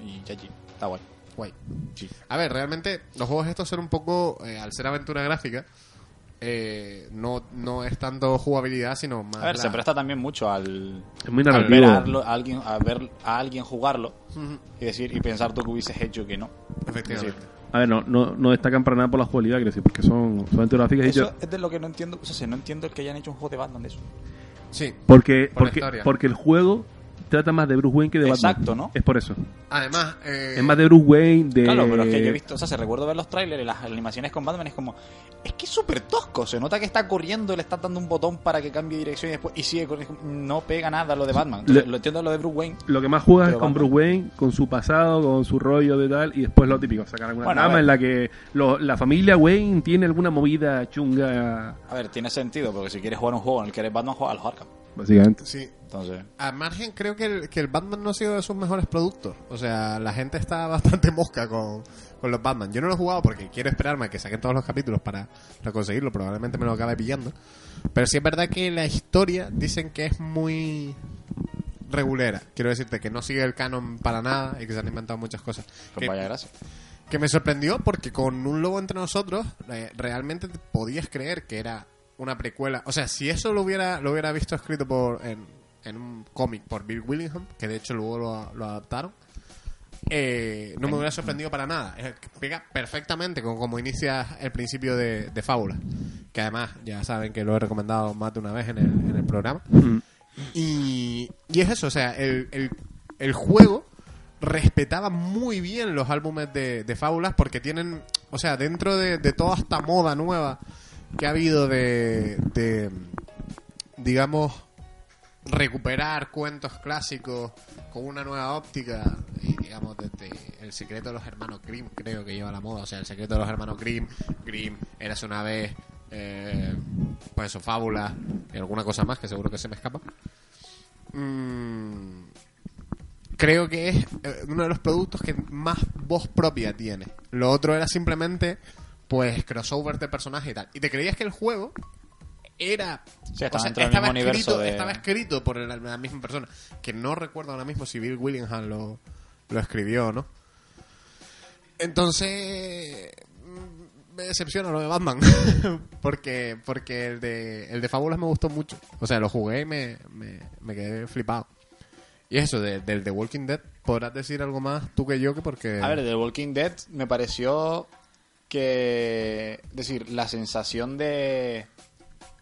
Speaker 4: Y ya, allí. Está guay.
Speaker 1: Guay.
Speaker 4: Sí.
Speaker 1: A ver, realmente los juegos estos son un poco, eh, al ser aventura gráfica, eh, no, no es tanto jugabilidad, sino más...
Speaker 4: A ver,
Speaker 1: la-
Speaker 4: se presta también mucho al,
Speaker 3: Es muy
Speaker 4: al ver a,
Speaker 3: narrativo.
Speaker 4: arlo- a alguien, a ver a alguien jugarlo
Speaker 1: Ujú,
Speaker 4: y decir y pensar tú que hubieses hecho que no.
Speaker 1: Efectivamente.
Speaker 3: A ver, no, no, no destacan para nada por la jugabilidad, quiero decir, porque son, son aventuras gráficas. y yo-
Speaker 4: Eso es de lo que no entiendo. O sea, si no entiendo el que hayan hecho un juego de Batman de eso.
Speaker 1: Sí.
Speaker 3: Porque,
Speaker 1: Por la
Speaker 3: porque,
Speaker 1: historia.
Speaker 3: porque el juego trata más de Bruce Wayne que de Batman.
Speaker 4: Exacto, ¿no?
Speaker 3: Es por eso.
Speaker 1: Además... eh,
Speaker 3: Es más de Bruce Wayne, de...
Speaker 4: Claro, pero es que yo he visto, o sea, se recuerdo ver los trailers y las animaciones con Batman, es como, es que es súper tosco, se nota que está corriendo, le está dando un botón para que cambie dirección y después, y sigue corriendo, no pega nada lo de Batman. Entonces,
Speaker 3: Le-
Speaker 4: Lo entiendo lo de Bruce Wayne.
Speaker 3: Lo que más juegas es
Speaker 4: Pero
Speaker 3: con
Speaker 4: Batman.
Speaker 3: Bruce Wayne, con su pasado, con su rollo de tal, y después lo típico, sacar alguna
Speaker 4: Bueno, a
Speaker 3: trama
Speaker 4: ver.
Speaker 3: en la que lo- la familia Wayne tiene alguna movida chunga,
Speaker 4: A ver, tiene sentido, porque si quieres jugar un juego en el que eres Batman, juega al Arkham.
Speaker 3: básicamente.
Speaker 1: Sí,
Speaker 4: Entonces,
Speaker 1: A margen, creo que el, que el Batman no ha sido de sus mejores productos. O sea, la gente está bastante mosca con, con los Batman. Yo no lo he jugado porque quiero esperarme a que saquen todos los capítulos para, para conseguirlo. Probablemente me lo acabe pillando. Pero sí es verdad que la historia dicen que es muy regulera. Quiero decirte que no sigue el canon para nada y que se han inventado muchas cosas.
Speaker 4: con
Speaker 1: Que-
Speaker 4: pues vaya gracia.
Speaker 1: que me sorprendió porque con un lobo entre nosotros eh, realmente te podías creer que era una precuela. O sea, si eso lo hubiera, lo hubiera visto escrito por, en, en un cómic por Bill Willingham, que de hecho luego lo, lo adaptaron, eh, no me hubiera sorprendido para nada. Eh, Pega perfectamente con cómo inicia el principio de, de Fábula, que además ya saben que lo he recomendado más de una vez en el, en el programa. Y, y es eso, o sea, el, el- el juego respetaba muy bien los álbumes de, de fábulas porque tienen, o sea, dentro de, de toda esta moda nueva que ha habido de, de, digamos, recuperar cuentos clásicos con una nueva óptica, y digamos, desde El secreto de los hermanos Grimm, creo que lleva la moda, o sea, El secreto de los hermanos Grimm, Grimm, Eras una vez, eh, pues eso, Fábula, y alguna cosa más que seguro que se me escapa. Mm, creo que es eh, uno de los productos que más voz propia tiene. Lo otro era simplemente, pues, crossover de personajes y tal. Y te creías que el juego era
Speaker 4: Sí, estaba
Speaker 1: o sea,
Speaker 4: dentro del
Speaker 1: estaba
Speaker 4: mismo universo
Speaker 1: escrito,
Speaker 4: de-
Speaker 1: estaba escrito por la, la misma persona. Que no recuerdo ahora mismo si Bill Willingham lo, lo escribió, ¿no? Entonces. mm, Me decepciona lo de Batman. porque porque el, de, el de Fábulas me gustó mucho. O sea, lo jugué y me, me, me quedé flipado. Y eso, de- del The Walking Dead, podrás decir algo más tú que yo, que porque.
Speaker 4: A ver, The Walking Dead me pareció que. Es decir, la sensación de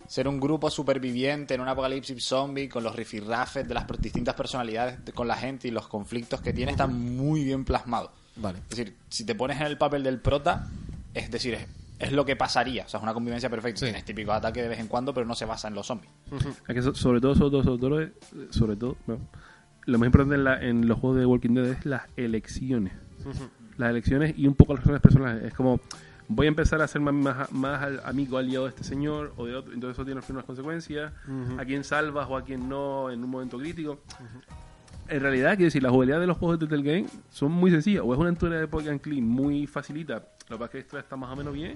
Speaker 4: ser un grupo superviviente en un apocalipsis zombie con los rifirrafes de las per- distintas personalidades de- con la gente y los conflictos que tiene está muy bien plasmado.
Speaker 1: Vale.
Speaker 4: Es decir, si te pones en el papel del prota, es decir, es, es lo que pasaría. O sea, es una convivencia perfecta.
Speaker 1: Sí.
Speaker 4: Tienes típico ataque de vez en cuando, pero no se basa en los zombies.
Speaker 3: Es que so- sobre todo, sobre todo, sobre todo, eh, sobre todo, no. lo más importante en, la- en los juegos de Walking Dead es las elecciones. Las elecciones y un poco las razones personales. Es como, voy a empezar a ser más, más, más al- amigo aliado de este señor o de otro, entonces eso tiene unas consecuencias. A quién salvas o a quién no en un momento crítico. En realidad, quiero decir, la jugabilidad de los juegos de Telltale Game son muy sencillas. O es una aventura de Pokémon Clean muy facilita, lo que pasa es que esto está más o menos bien.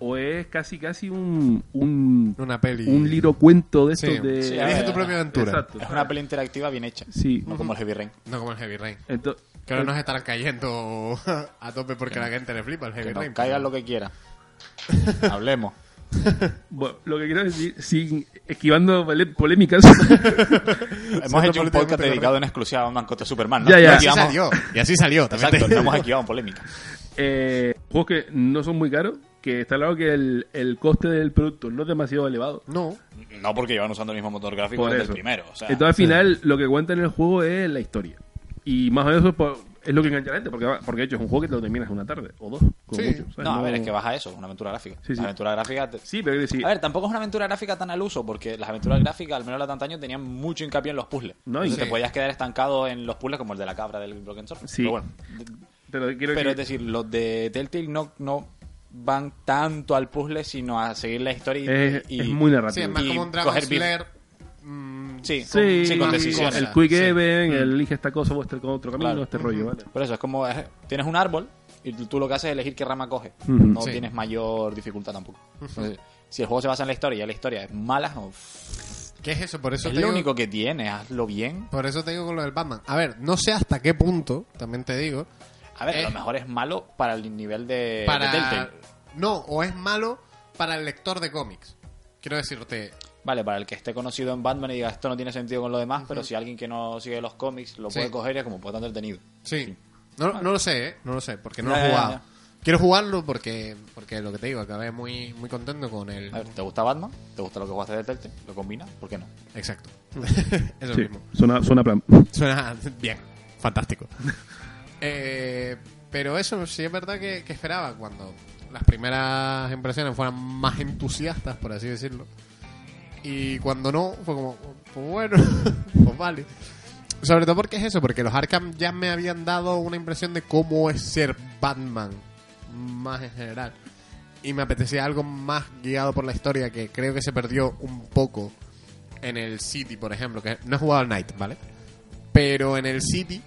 Speaker 3: O es casi, casi un, un
Speaker 1: Una peli.
Speaker 3: un libro cuento de
Speaker 1: Sí.
Speaker 3: estos de
Speaker 4: Sí,
Speaker 1: Elige
Speaker 4: eh,
Speaker 1: tu propia aventura.
Speaker 3: Exacto.
Speaker 4: Es una peli interactiva bien hecha.
Speaker 3: sí
Speaker 4: No como el Heavy Rain.
Speaker 1: No como el Heavy Rain.
Speaker 3: Ento-
Speaker 1: Que ahora nos estarán cayendo a tope porque la gente le flipa el Heavy
Speaker 4: Que nos
Speaker 1: Rain.
Speaker 4: caigan lo que quiera. Hablemos.
Speaker 3: bueno, lo que quiero decir sin esquivando pole- polémicas
Speaker 4: Hemos hecho un
Speaker 1: políticamente
Speaker 4: podcast
Speaker 1: correcto.
Speaker 4: dedicado en exclusiva a Batman contra Superman. ¿no?
Speaker 3: Ya, ya.
Speaker 4: No
Speaker 1: Y así
Speaker 4: esquivamos-
Speaker 1: salió. Y así salió. también
Speaker 4: Exacto,
Speaker 1: te-
Speaker 4: no hemos esquivado en polémica.
Speaker 3: eh, juegos que no son muy caros que está claro que el, el coste del producto no es demasiado elevado
Speaker 1: No.
Speaker 4: No porque llevan usando el mismo motor gráfico
Speaker 3: por
Speaker 4: desde
Speaker 3: eso
Speaker 4: el primero. O sea,
Speaker 3: entonces al final lo que cuenta en el juego es la historia y más o menos eso es por- es lo que engancha a la gente porque, porque de hecho es un juego que te lo terminas en una tarde o dos como
Speaker 1: Sí.
Speaker 3: mucho, ¿sabes?
Speaker 4: no, a ver, es que baja eso, una aventura gráfica.
Speaker 3: pues Sí, sí.
Speaker 4: La aventura gráfica. te-
Speaker 3: sí pero quiero decir
Speaker 4: A ver, tampoco es una aventura gráfica tan al uso, porque las aventuras gráficas, al menos las de antaño, tenían mucho hincapié en los puzzles.
Speaker 3: No,
Speaker 4: Entonces
Speaker 3: y-
Speaker 4: te podías quedar estancado en los puzzles como el de la cabra del Broken Sword.
Speaker 3: Sí.
Speaker 4: Pero bueno. de-
Speaker 3: pero quiero
Speaker 4: Pero es
Speaker 3: decir
Speaker 4: decir, los de Telltale no, no van tanto al puzzle, sino a seguir la historia y.
Speaker 3: es,
Speaker 4: y-
Speaker 3: es muy narrativo
Speaker 1: Sí, es más
Speaker 4: Y
Speaker 1: como un Dragon
Speaker 4: coger vida.
Speaker 1: Slayer. mm,
Speaker 4: Sí,
Speaker 3: Sí,
Speaker 4: con, sí, con
Speaker 1: más
Speaker 4: decisiones.
Speaker 3: El quick
Speaker 1: Sí.
Speaker 3: event, el elige esta cosa o este otro camino,
Speaker 4: Claro.
Speaker 3: este rollo, ¿vale?
Speaker 4: Por eso es como es- tienes un árbol y tú, tú lo que haces es elegir qué rama coges.
Speaker 3: Ujú.
Speaker 4: No
Speaker 1: Sí.
Speaker 4: tienes mayor dificultad tampoco. Entonces, si el juego se basa en la historia y ya la historia es mala, uf,
Speaker 1: ¿Qué es eso? Por eso
Speaker 4: es
Speaker 1: te
Speaker 4: lo
Speaker 1: digo-
Speaker 4: único que tiene, hazlo bien.
Speaker 1: Por eso te digo con lo del Batman. A ver, no sé hasta qué punto, también te digo.
Speaker 4: A ver, a
Speaker 1: Eh.
Speaker 4: lo mejor es malo para el nivel de, de
Speaker 1: Para.
Speaker 4: Telltale.
Speaker 1: No, o es malo para el lector de cómics. Quiero decirte.
Speaker 4: Vale, para el que esté conocido en Batman y diga esto no tiene sentido con lo demás, pero si alguien que no sigue los cómics lo
Speaker 1: Sí.
Speaker 4: puede coger es como puede estar entretenido.
Speaker 1: Sí. No, no lo sé, ¿eh? No lo sé, porque no
Speaker 4: Ya,
Speaker 1: lo he
Speaker 4: ya,
Speaker 1: jugado.
Speaker 4: ya.
Speaker 1: Quiero jugarlo porque, porque lo que te digo, acabé muy, muy contento con el.
Speaker 4: A ver, ¿te gusta Batman? ¿Te gusta lo que jugaste de Telltale? ¿Lo combina? ¿Por qué no?
Speaker 1: Exacto. Eso
Speaker 3: Sí,
Speaker 1: mismo.
Speaker 3: suena, suena plan.
Speaker 1: Suena bien, fantástico. Eh, pero eso sí es verdad que, que esperaba cuando las primeras impresiones fueran más entusiastas, por así decirlo. Y cuando no, fue como, pues bueno, pues vale. Sobre todo porque es eso, porque los Arkham ya me habían dado una impresión de cómo es ser Batman, más en general. Y me apetecía algo más guiado por la historia, que creo que se perdió un poco en el City, por ejemplo, que no he jugado al Night, ¿vale? Pero en el City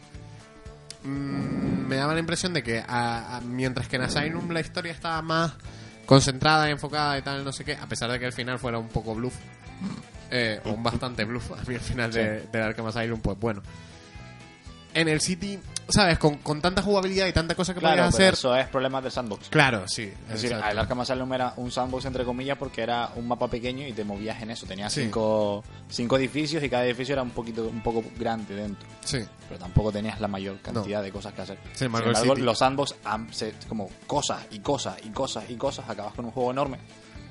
Speaker 1: mm, me daba la impresión de que a- a- mientras que en Asylum la historia estaba más concentrada, enfocada y tal, no sé qué, a pesar de que el final fuera un poco bluff, eh, o un bastante bluff, a mí el final de, de Arkham Asylum, pues bueno. En el City ¿sabes? Con, con tanta jugabilidad y tanta cosa que
Speaker 4: Claro,
Speaker 1: podías
Speaker 4: pero
Speaker 1: hacer.
Speaker 4: eso es problemas del sandbox.
Speaker 1: Claro, sí.
Speaker 4: Es decir,
Speaker 1: exacto.
Speaker 4: el Arkham Asylum era un sandbox entre comillas porque era un mapa pequeño y te movías en eso. Tenías
Speaker 1: Sí.
Speaker 4: cinco, cinco edificios y cada edificio era un poquito un poco grande dentro.
Speaker 1: Sí.
Speaker 4: Pero tampoco tenías la mayor cantidad de cosas que hacer.
Speaker 1: Sin embargo, el City-
Speaker 4: los sandbox am- se- como cosas y cosas y cosas y cosas. Acabas con un juego enorme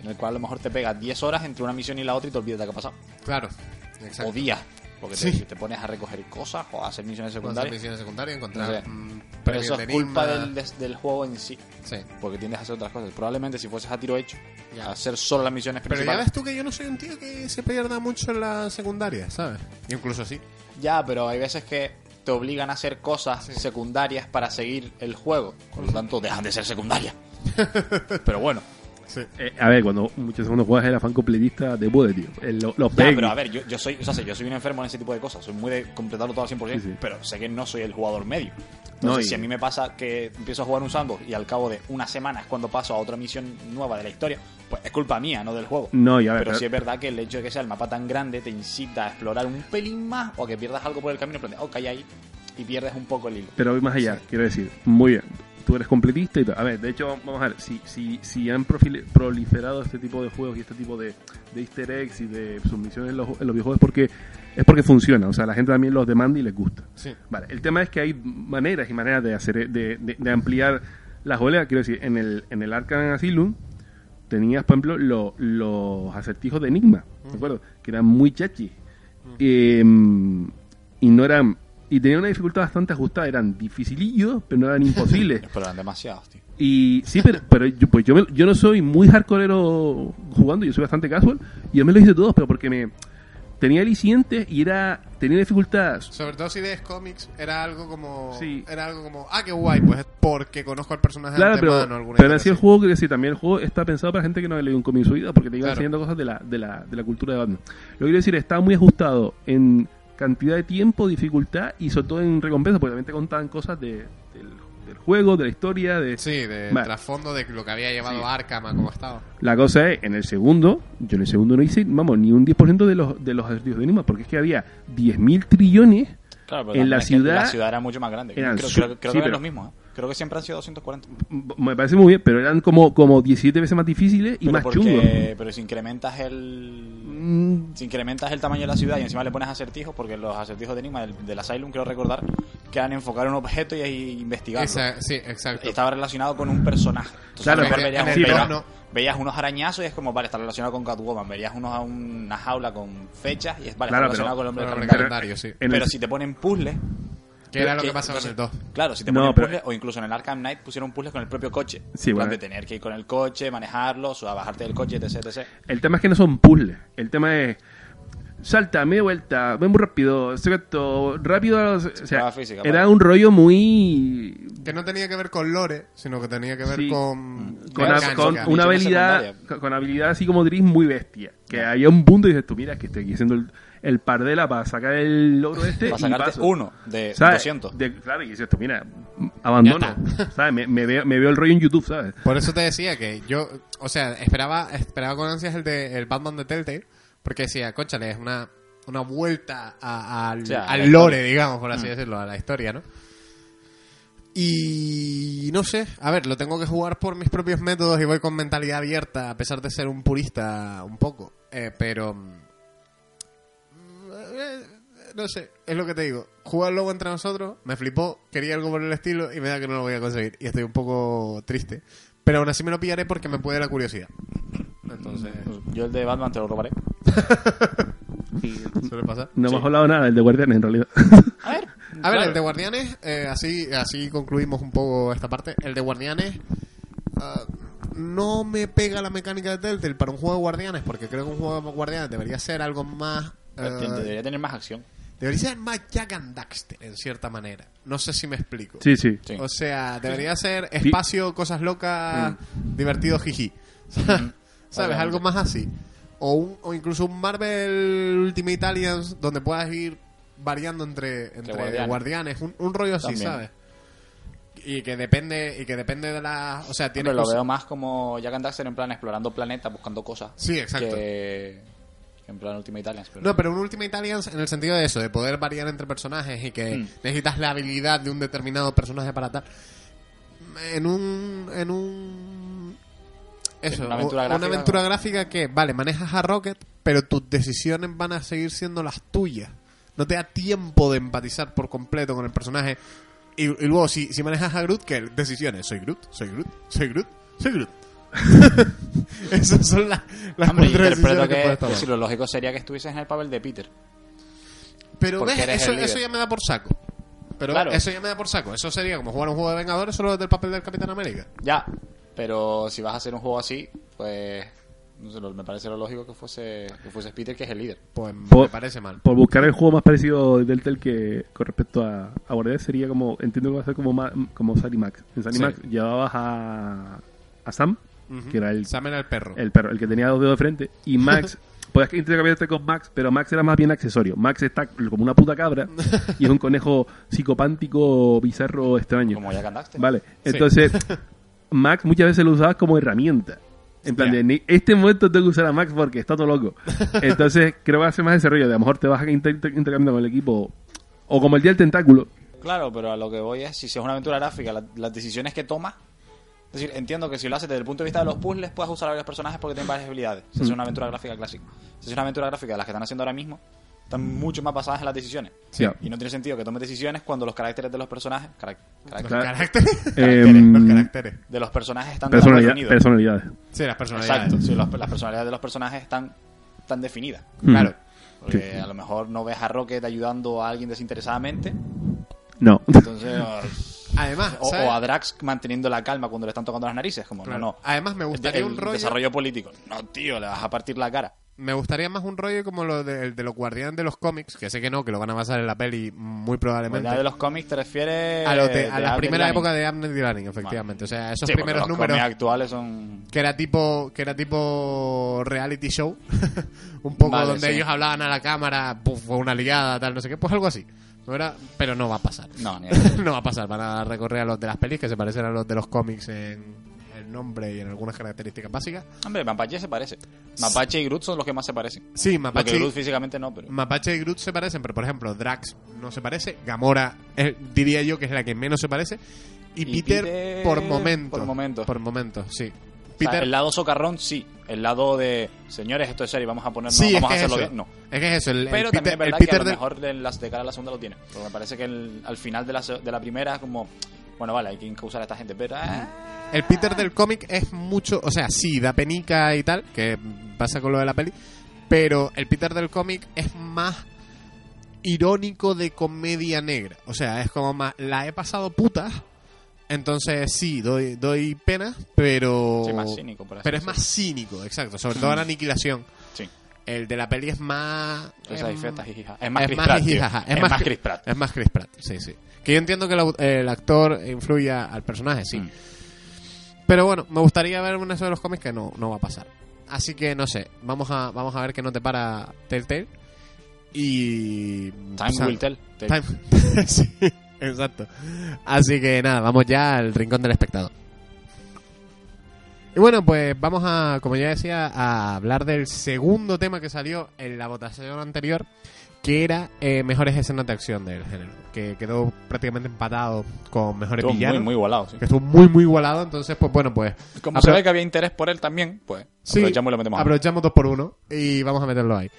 Speaker 4: en el cual a lo mejor te pegas 10 horas entre una misión y la otra y te olvidas de que ha pasado.
Speaker 1: Claro.
Speaker 4: O
Speaker 1: Exacto.
Speaker 4: días. Porque
Speaker 1: Sí.
Speaker 4: te, te pones a recoger cosas o a hacer misiones
Speaker 1: Con esa
Speaker 4: secundarias.
Speaker 1: misión secundaria
Speaker 4: No
Speaker 1: encontrar
Speaker 4: sé.
Speaker 1: mm,
Speaker 4: Pero
Speaker 1: premios
Speaker 4: eso
Speaker 1: de
Speaker 4: es culpa
Speaker 1: Enigma.
Speaker 4: del, des- del juego en sí.
Speaker 1: Sí.
Speaker 4: Porque tiendes a hacer otras cosas. Probablemente si fueses a tiro hecho,
Speaker 1: Ya.
Speaker 4: a hacer solo las misiones
Speaker 1: Pero ya
Speaker 4: principales.
Speaker 1: ves tú que yo no soy un tío que se pierda mucho en la secundaria, ¿sabes? Incluso así.
Speaker 4: Ya, pero hay veces que te obligan a hacer cosas
Speaker 1: Sí.
Speaker 4: secundarias para seguir el juego. Por lo tanto, dejan de ser secundarias. pero bueno.
Speaker 1: Sí.
Speaker 3: Eh, a ver, cuando muchos cuando juegas el afán completista te puede, tío. El- lo- los
Speaker 4: Ya,
Speaker 3: Peggy.
Speaker 4: pero a ver, yo, yo soy o sea, sí, yo soy un enfermo en ese tipo de cosas. Soy muy de completarlo todo al 100%,
Speaker 3: Sí, sí.
Speaker 4: pero sé que no soy el jugador medio. Entonces,
Speaker 3: No, y-
Speaker 4: si a mí me pasa que empiezo a jugar un sandbox y al cabo de unas semanas cuando paso a otra misión nueva de la historia, pues es culpa mía, no del juego.
Speaker 3: No, y a ver,
Speaker 4: pero
Speaker 3: pero-
Speaker 4: sí es verdad que el hecho de que sea el mapa tan grande te incita a explorar un pelín más o a que pierdas algo por el camino, en plan de, ok, ahí, y pierdes un poco el hilo.
Speaker 3: Pero voy más allá, quiero decir, muy bien. Tú eres completista y tal. A ver, de hecho, vamos a ver, si, si, si han profil- proliferado este tipo de juegos y este tipo de, de easter eggs y de submisiones en los, en los videojuegos es porque, es porque funciona. O sea, la gente también los demanda y les gusta.
Speaker 1: Sí.
Speaker 3: Vale, el tema es que hay maneras y maneras de hacer de, de- de ampliar las goleas. Quiero decir, en el, en el Arkham Asylum tenías, por ejemplo, lo- los acertijos de Enigma, ¿de acuerdo? Que eran muy chachi. Eh, y no eran... Y tenían una dificultad bastante ajustada. Eran dificilillos, pero no eran imposibles.
Speaker 4: Exploran demasiado, tío.
Speaker 3: Y sí, pero, pero yo, pues yo, me- yo no soy muy hardcoreero jugando, yo soy bastante casual. Y yo me lo hice todos, pero porque me tenía alicientes y era tenía dificultades
Speaker 1: Sobre todo si de cómics era algo como.
Speaker 3: Sí.
Speaker 1: Era algo como. Ah, qué guay, pues es porque conozco al personaje
Speaker 3: Claro,
Speaker 1: antemano,
Speaker 3: pero,
Speaker 1: Ah, alguna
Speaker 3: pero así
Speaker 1: historia
Speaker 3: el juego, que sí, también el juego está pensado para gente que no ha leído un cómic en su vida, porque te iba
Speaker 1: Claro.
Speaker 3: enseñando cosas de la, de, la, de la cultura de Batman. Lo que quiero decir, está muy ajustado en cantidad de tiempo, dificultad y sobre todo en recompensa, porque también te contaban cosas de- del, del juego, de la historia, de...
Speaker 1: Sí, de
Speaker 3: Vale.
Speaker 1: trasfondo de lo que había llevado Arkham a cómo estaba.
Speaker 3: La cosa es, en el segundo, yo en el segundo no hice, vamos, ni un 10% de los, de los acertijos de Enigma, porque es que había 10.000 trillones
Speaker 4: Claro, pero
Speaker 3: En la
Speaker 4: también es que
Speaker 3: ciudad-
Speaker 4: la ciudad era mucho más grande.
Speaker 3: eran
Speaker 4: creo
Speaker 3: su-
Speaker 4: creo- creo
Speaker 3: sí,
Speaker 4: que eran
Speaker 3: pero-
Speaker 4: los mismos, ¿eh? Creo que siempre han sido 240.
Speaker 3: me parece muy bien, pero eran como, como 17 veces más difíciles y
Speaker 4: pero
Speaker 3: más
Speaker 4: porque-
Speaker 3: chungos.
Speaker 4: Pero si incrementas el.
Speaker 3: Mm,
Speaker 4: Si incrementas el tamaño de la ciudad y encima le pones acertijos, porque los acertijos de Enigma del, del Asylum, quiero recordar, que eran enfocar un objeto y, y investigarlo.
Speaker 1: Esa- sí, exacto.
Speaker 4: Estaba relacionado con un personaje. Entonces,
Speaker 3: Claro,
Speaker 4: a lo mejor
Speaker 1: en-
Speaker 4: veías,
Speaker 1: en
Speaker 4: un-
Speaker 1: el
Speaker 4: veías-
Speaker 1: tono.
Speaker 4: veías unos arañazos y es como, vale, está relacionado con Catwoman. Veías unos, una jaula con fechas y es, vale,
Speaker 3: Claro,
Speaker 4: está
Speaker 3: pero-
Speaker 4: relacionado con el hombre
Speaker 1: Pero
Speaker 4: del
Speaker 1: en
Speaker 4: calendario.
Speaker 1: calendario, sí.
Speaker 3: en el-
Speaker 4: Pero si te ponen puzzles,
Speaker 1: Que era lo que
Speaker 4: que-
Speaker 1: pasaba en el 2.
Speaker 4: Claro, si te
Speaker 3: No,
Speaker 4: ponen
Speaker 3: pero-
Speaker 4: puzzles, o incluso en el Arkham Knight pusieron puzzles con el propio coche.
Speaker 3: Sí,
Speaker 4: En plan
Speaker 3: bueno.
Speaker 4: de tener que ir con el coche, manejarlo, o sea, bajarte del coche, etc, etc.
Speaker 3: El tema es que no son puzzles. El tema es. Salta, media vuelta, ven muy rápido, secreto, rápido. O sea,
Speaker 4: prueba física,
Speaker 3: era
Speaker 4: vale.
Speaker 3: un rollo muy.
Speaker 1: Que no tenía que ver con lore, sino que tenía que ver
Speaker 3: Sí. Mm.
Speaker 1: con.
Speaker 3: Con,
Speaker 4: Claro,
Speaker 3: hab-
Speaker 4: sí,
Speaker 1: mecánica.
Speaker 3: con
Speaker 4: misión
Speaker 3: una habilidad
Speaker 4: secundaria.
Speaker 3: con- con habilidad así como Driz muy bestia. Que había un punto y dices tú, mira, que estoy aquí haciendo el, el pardela para sacar el logro este.
Speaker 4: Para
Speaker 3: y
Speaker 4: sacarte
Speaker 3: paso.
Speaker 4: uno eh, de
Speaker 3: ¿Sabes?
Speaker 4: 200.
Speaker 3: De- claro, y dices tú, mira, abandono. ¿Sabes? Me, me veo, me veo el rollo en YouTube, ¿sabes?
Speaker 1: Por eso te decía que yo, o sea, esperaba, esperaba con ansias el de el Batman de Telltale, porque decía, conchale, es una, una vuelta a- al,
Speaker 4: O sea, a
Speaker 1: al
Speaker 4: la
Speaker 1: lore, digamos, por así decirlo, a la historia, ¿no? Y no sé, a ver, lo tengo que jugar por mis propios métodos y voy con mentalidad abierta, a pesar de ser un purista un poco, Eh, pero... mm, eh, No sé, es lo que te digo. Jugar luego entre nosotros me flipó, quería algo por el estilo y me da que no lo voy a conseguir. Y estoy un poco triste. Pero aún así me lo pillaré porque me puede la curiosidad. Entonces,
Speaker 4: Yo el de Batman te lo robaré.
Speaker 1: suele pasar.
Speaker 3: No
Speaker 4: Sí.
Speaker 3: hemos hablado nada del de Guardianes en realidad.
Speaker 4: A ver.
Speaker 1: A ver, el de Guardianes, eh, así, así concluimos un poco esta parte. El de Guardianes ah, no me pega la mecánica de Telltale para un juego de Guardianes, porque creo que un juego de Guardianes debería ser algo más... ah,
Speaker 4: Debería tener más acción.
Speaker 1: debería ser más Jack and Daxter, en cierta manera. No sé si me explico.
Speaker 3: Sí, sí.
Speaker 4: Sí. Mm.
Speaker 1: O sea, debería ser espacio, cosas locas, divertido, jiji. ¿Sabes?
Speaker 4: Obviamente.
Speaker 1: Algo más así. O, un- o incluso un Marvel Ultimate Aliens donde puedas ir variando entre, entre,
Speaker 4: guardianes.
Speaker 1: guardianes. Un, un rollo así,
Speaker 4: También.
Speaker 1: ¿sabes? Y que depende y que depende de la... O sea, tiene
Speaker 4: Hombre, lo
Speaker 1: cosas-
Speaker 4: veo más como Jack and Daxter en plan explorando planetas, buscando cosas.
Speaker 1: Sí, exacto.
Speaker 4: Que, en plan Ultimate Italians. Pero
Speaker 1: No, pero un Ultimate Italians en el sentido de eso, de poder variar entre personajes y que
Speaker 4: Mm.
Speaker 1: necesitas la habilidad de un determinado personaje para tal. En un. En un. Eso,
Speaker 4: En una aventura
Speaker 1: o-
Speaker 4: gráfica,
Speaker 1: aventura
Speaker 4: ¿no?
Speaker 1: gráfica que, vale, manejas a Rocket, pero tus decisiones van a seguir siendo las tuyas. No te da tiempo de empatizar por completo con el personaje. Y, y luego, si, si manejas a Groot, ¿qué? Decisiones. Soy Groot, soy Groot, soy Groot, soy Groot. Esas son las, las
Speaker 4: Hombre, yo
Speaker 1: cuatro
Speaker 4: interpreto
Speaker 1: decisiones
Speaker 4: que,
Speaker 1: que puedes
Speaker 4: que
Speaker 1: tomar.
Speaker 4: si lo lógico sería que estuvieses en el papel de Peter.
Speaker 1: Pero
Speaker 4: Porque
Speaker 1: ves,
Speaker 4: eres
Speaker 1: eso,
Speaker 4: el líder.
Speaker 1: eso ya me da por saco. Pero
Speaker 4: Claro.
Speaker 1: eso ya me da por saco. Eso sería como jugar un juego de Vengadores solo del papel del Capitán América.
Speaker 4: Ya, pero si vas a hacer un juego así, pues no sé, lo- me parece lo lógico que fuese que fuese Peter, que es el líder.
Speaker 1: Pues me
Speaker 3: Por-
Speaker 1: parece mal.
Speaker 3: Por buscar el juego más parecido de Deltel que con respecto a, a Borderlands sería como, entiendo que va a ser como, ma- como Sally Max. En Sally
Speaker 1: Sí.
Speaker 3: Max llevabas a, a Sam,
Speaker 1: Ujú.
Speaker 3: que era el,
Speaker 1: Sam era el perro.
Speaker 3: el perro, el que tenía dos dedos de frente, y Max, pues podías intercambiarte con Max, pero Max era más bien accesorio. Max está como una puta cabra y es un conejo psicopántico, bizarro, extraño.
Speaker 4: Como ya cantaste.
Speaker 3: Vale, entonces Max muchas veces lo usabas como herramienta. En plan, de, "Ni- este momento tengo que usar a Max porque está todo loco. Entonces creo que va a ser más desarrollo. De a lo mejor te vas a inter- inter- intercambiando con el equipo. O como el día del tentáculo.
Speaker 4: Claro, pero a lo que voy es, si es una aventura gráfica, la- las decisiones que tomas... Es decir, entiendo que si lo haces desde el punto de vista de los puzzles, puedes usar a varios personajes porque tienen varias habilidades. Si es
Speaker 3: Mm.
Speaker 4: una aventura gráfica clásica. Si es una aventura gráfica de las que están haciendo ahora mismo, están mucho más basadas en las decisiones.
Speaker 3: Sí.
Speaker 4: Y no tiene sentido que tomes decisiones cuando los caracteres de los personajes... carac-
Speaker 1: Los
Speaker 4: caracteres
Speaker 3: Claro.
Speaker 1: caracteres.
Speaker 3: Em,
Speaker 1: los caracteres.
Speaker 4: de los personajes están
Speaker 3: personalidad-
Speaker 4: unidos.
Speaker 3: personalidades.
Speaker 1: Sí, las personalidades.
Speaker 4: Exacto, sí, los- las personalidades de los personajes están, están definidas.
Speaker 3: Mm.
Speaker 1: Claro.
Speaker 4: Porque a lo mejor no ves a Rocket ayudando a alguien desinteresadamente,
Speaker 3: No.
Speaker 4: entonces,
Speaker 1: Además,
Speaker 4: o,
Speaker 1: ¿sabes?
Speaker 4: o a Drax manteniendo la calma cuando le están tocando las narices, como
Speaker 1: Claro.
Speaker 4: no, no.
Speaker 1: Además, me gustaría
Speaker 4: el
Speaker 1: un rollo.
Speaker 4: desarrollo político. No, tío, le vas a partir la cara.
Speaker 1: Me gustaría más un rollo como lo de, el de los guardianes de los cómics, que sé que no, que lo van a basar en la peli muy probablemente.
Speaker 4: La de los cómics te refieres
Speaker 1: a, los de- a
Speaker 4: de
Speaker 1: la
Speaker 4: Abner
Speaker 1: primera
Speaker 4: Lanning?
Speaker 1: época de Amnesty Learning, efectivamente. O sea, esos
Speaker 4: Sí, porque
Speaker 1: primeros
Speaker 4: los
Speaker 1: números.
Speaker 4: cómics actuales son
Speaker 1: que era tipo que era tipo reality show un poco
Speaker 4: Vale,
Speaker 1: donde
Speaker 4: sí.
Speaker 1: ellos hablaban a la cámara puf, fue una ligada tal no sé qué pues algo así No era- pero no va a pasar
Speaker 4: No, ni
Speaker 1: no va a pasar van a recorrer a los de las pelis que se parecen a los de los cómics en el nombre y en algunas características básicas
Speaker 4: Hombre, Mapache se parece. Mapache y Groot son los que más se parecen.
Speaker 1: sí
Speaker 4: Porque
Speaker 1: Mapache
Speaker 4: Groot físicamente no, pero
Speaker 1: Mapache y Groot se parecen pero por ejemplo Drax no se parece Gamora eh, diría yo que es la que menos se parece y,
Speaker 4: Y
Speaker 1: Peter,
Speaker 4: Peter,
Speaker 1: por momentos
Speaker 4: por momentos.
Speaker 1: por momentos sí
Speaker 4: O sea,
Speaker 1: Peter
Speaker 4: el lado socarrón sí, el lado de señores, esto es serio, vamos a ponernos,
Speaker 1: sí
Speaker 4: vamos
Speaker 1: es que
Speaker 4: a
Speaker 1: es
Speaker 4: hacerlo
Speaker 1: eso
Speaker 4: bien, no.
Speaker 1: es que es eso el, el Peter,
Speaker 4: Pero también es verdad
Speaker 1: el Peter
Speaker 4: que a lo
Speaker 1: del-
Speaker 4: mejor de, las, de cara a la segunda lo tiene. Porque me parece que el- al final de la, se- de la primera es como, bueno, vale, hay que encauzar a esta gente, pero... ah,
Speaker 1: El Peter del cómic es mucho, o sea, sí, da penica y tal, que pasa con lo de la peli, pero el Peter del cómic es más irónico de comedia negra. O sea, es como más, la he pasado putas, entonces sí, doy, doy pena, pero...
Speaker 4: sí, más cínico, por así
Speaker 1: Pero es
Speaker 4: decirlo.
Speaker 1: más cínico, exacto, sobre todo en la aniquilación.
Speaker 4: Sí.
Speaker 1: El de la peli es más...
Speaker 4: Entonces hay
Speaker 1: em,
Speaker 4: fiestas, jijija. Es más
Speaker 1: es
Speaker 4: Chris
Speaker 1: más
Speaker 4: Pratt, tío.
Speaker 1: jijijaja, es
Speaker 4: Es
Speaker 1: más
Speaker 4: más
Speaker 1: Chris-
Speaker 4: Chris Pratt.
Speaker 1: es más Chris Pratt, sí, sí. Que yo entiendo que el au- el actor influya al personaje, sí.
Speaker 4: Mm.
Speaker 1: Pero bueno, me gustaría ver una de los cómics que no, no va a pasar. Así que no sé, vamos a, vamos a ver que no te para Telltale. Y.
Speaker 4: Time
Speaker 1: o sea,
Speaker 4: will tell. Te-
Speaker 1: time- sí, exacto. Así que nada, vamos ya al rincón del espectador. Y bueno, pues vamos a, como ya decía, a hablar del segundo tema que salió en la votación anterior, que era eh, mejores escenas de acción del género, que quedó prácticamente empatado con mejores
Speaker 4: Estuvo muy,
Speaker 1: villanos,
Speaker 4: muy igualado, sí.
Speaker 1: que estuvo muy muy igualado, entonces pues bueno, pues
Speaker 4: Como
Speaker 1: Apro-
Speaker 4: se ve que había interés por él también, pues
Speaker 1: Sí,
Speaker 4: aprovechamos y lo metemos. ahora.
Speaker 1: aprovechamos dos por uno y vamos a meterlo ahí.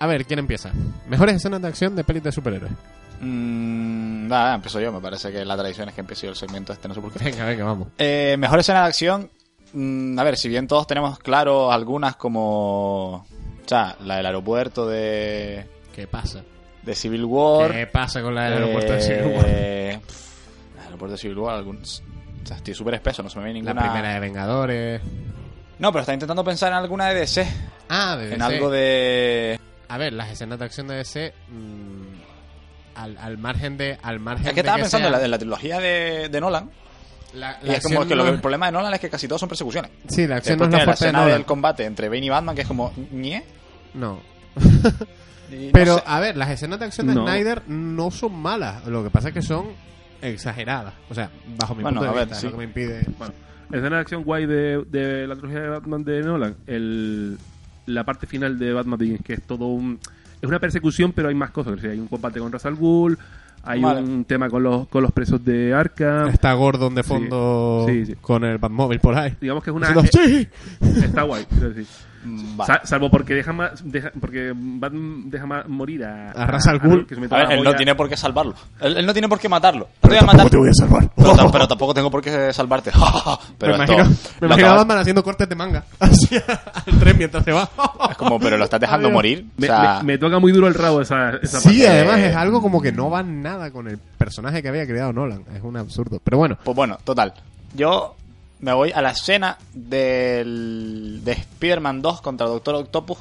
Speaker 1: A ver, ¿quién empieza? Mejores escenas de acción de pelis de superhéroes.
Speaker 4: Mm, nada, empiezo yo, me parece que la tradición es que empiezo yo el segmento este, no sé por qué.
Speaker 1: Venga, venga, vamos.
Speaker 4: Eh, mejor escena de acción. mm, a ver, si bien todos tenemos claro algunas como. O sea, la del aeropuerto de.
Speaker 1: ¿Qué pasa?
Speaker 4: de Civil War.
Speaker 1: ¿Qué pasa con la del aeropuerto de Civil War?
Speaker 4: eh, pf, el aeropuerto de Civil War, algunos. O sea, estoy súper espeso, no se me viene
Speaker 1: La
Speaker 4: ninguna.
Speaker 1: primera de Vengadores.
Speaker 4: No, pero está intentando pensar en alguna de DC.
Speaker 1: Ah, de
Speaker 4: En
Speaker 1: DC.
Speaker 4: algo de.
Speaker 1: A ver, las escenas de acción de DC. mm, al, al margen de. Al margen
Speaker 4: Es que estaba
Speaker 1: de
Speaker 4: pensando en
Speaker 1: sea
Speaker 4: la, en la trilogía de, de Nolan.
Speaker 1: la-
Speaker 4: Y
Speaker 1: la
Speaker 4: es como
Speaker 1: acción
Speaker 4: que lo-
Speaker 1: no
Speaker 4: el problema de Nolan es que casi todos son persecuciones.
Speaker 1: es- Sí, la acción
Speaker 4: Después
Speaker 1: no es
Speaker 4: tiene
Speaker 1: la
Speaker 4: la
Speaker 1: fuerte de
Speaker 4: escena
Speaker 1: Nolan.
Speaker 4: del combate entre Bane y Batman, que es como. ¿ñe?
Speaker 1: No.
Speaker 4: Y no
Speaker 1: Pero, ah,
Speaker 4: sé.
Speaker 1: a ver, las escenas de acción de
Speaker 3: No.
Speaker 1: Snyder no son malas. Lo que pasa es que son exageradas. O sea, bajo mi
Speaker 4: Bueno,
Speaker 1: punto de
Speaker 4: a ver,
Speaker 1: vista, es
Speaker 4: sí.
Speaker 1: lo que me impide.
Speaker 3: Escena de acción guay de, de la trilogía de Batman de Nolan. El, la parte final de Batman Begins, que es todo un... Es una persecución, pero hay más cosas. O sea, hay un combate contra Sal Ghul, hay
Speaker 2: Vale.
Speaker 3: un tema con los, con los presos de Arkham.
Speaker 1: Está Gordon de fondo
Speaker 3: Sí, sí.
Speaker 1: con el Batmóvil por ahí.
Speaker 3: Digamos que es una... eh,
Speaker 1: Haciendo, "Sí".
Speaker 3: Está guay. quiero decir.
Speaker 4: Mm, vale.
Speaker 3: Sa- Salvo porque deja más, deja- porque Batman deja más morir a,
Speaker 1: A Ra's al Ghul.
Speaker 3: que se metió
Speaker 2: A ver,
Speaker 3: la
Speaker 2: él no
Speaker 3: polla.
Speaker 2: tiene por qué salvarlo. Él, él no tiene por qué matarlo. No te voy a matar.
Speaker 1: a salvar.
Speaker 2: Pero, tam- pero tampoco tengo por qué salvarte. pero
Speaker 1: me
Speaker 2: esto-
Speaker 1: imagino, me
Speaker 2: lo
Speaker 1: imagino a
Speaker 2: acabas-
Speaker 1: Batman haciendo cortes de manga. Así al tren mientras se va.
Speaker 2: Es como, pero lo estás dejando
Speaker 1: Adiós.
Speaker 2: morir.
Speaker 3: Me,
Speaker 2: o sea,
Speaker 3: me- me toca muy duro el rabo esa, esa
Speaker 1: Sí, eh.
Speaker 4: Eh,
Speaker 3: parte.
Speaker 1: además es algo como que no va
Speaker 4: mm.
Speaker 1: nada con el personaje que había creado Nolan. Es un absurdo. Pero bueno,
Speaker 4: Pues bueno, total. Yo me voy a la escena del, de Spider-Man 2 contra Doctor Octopus,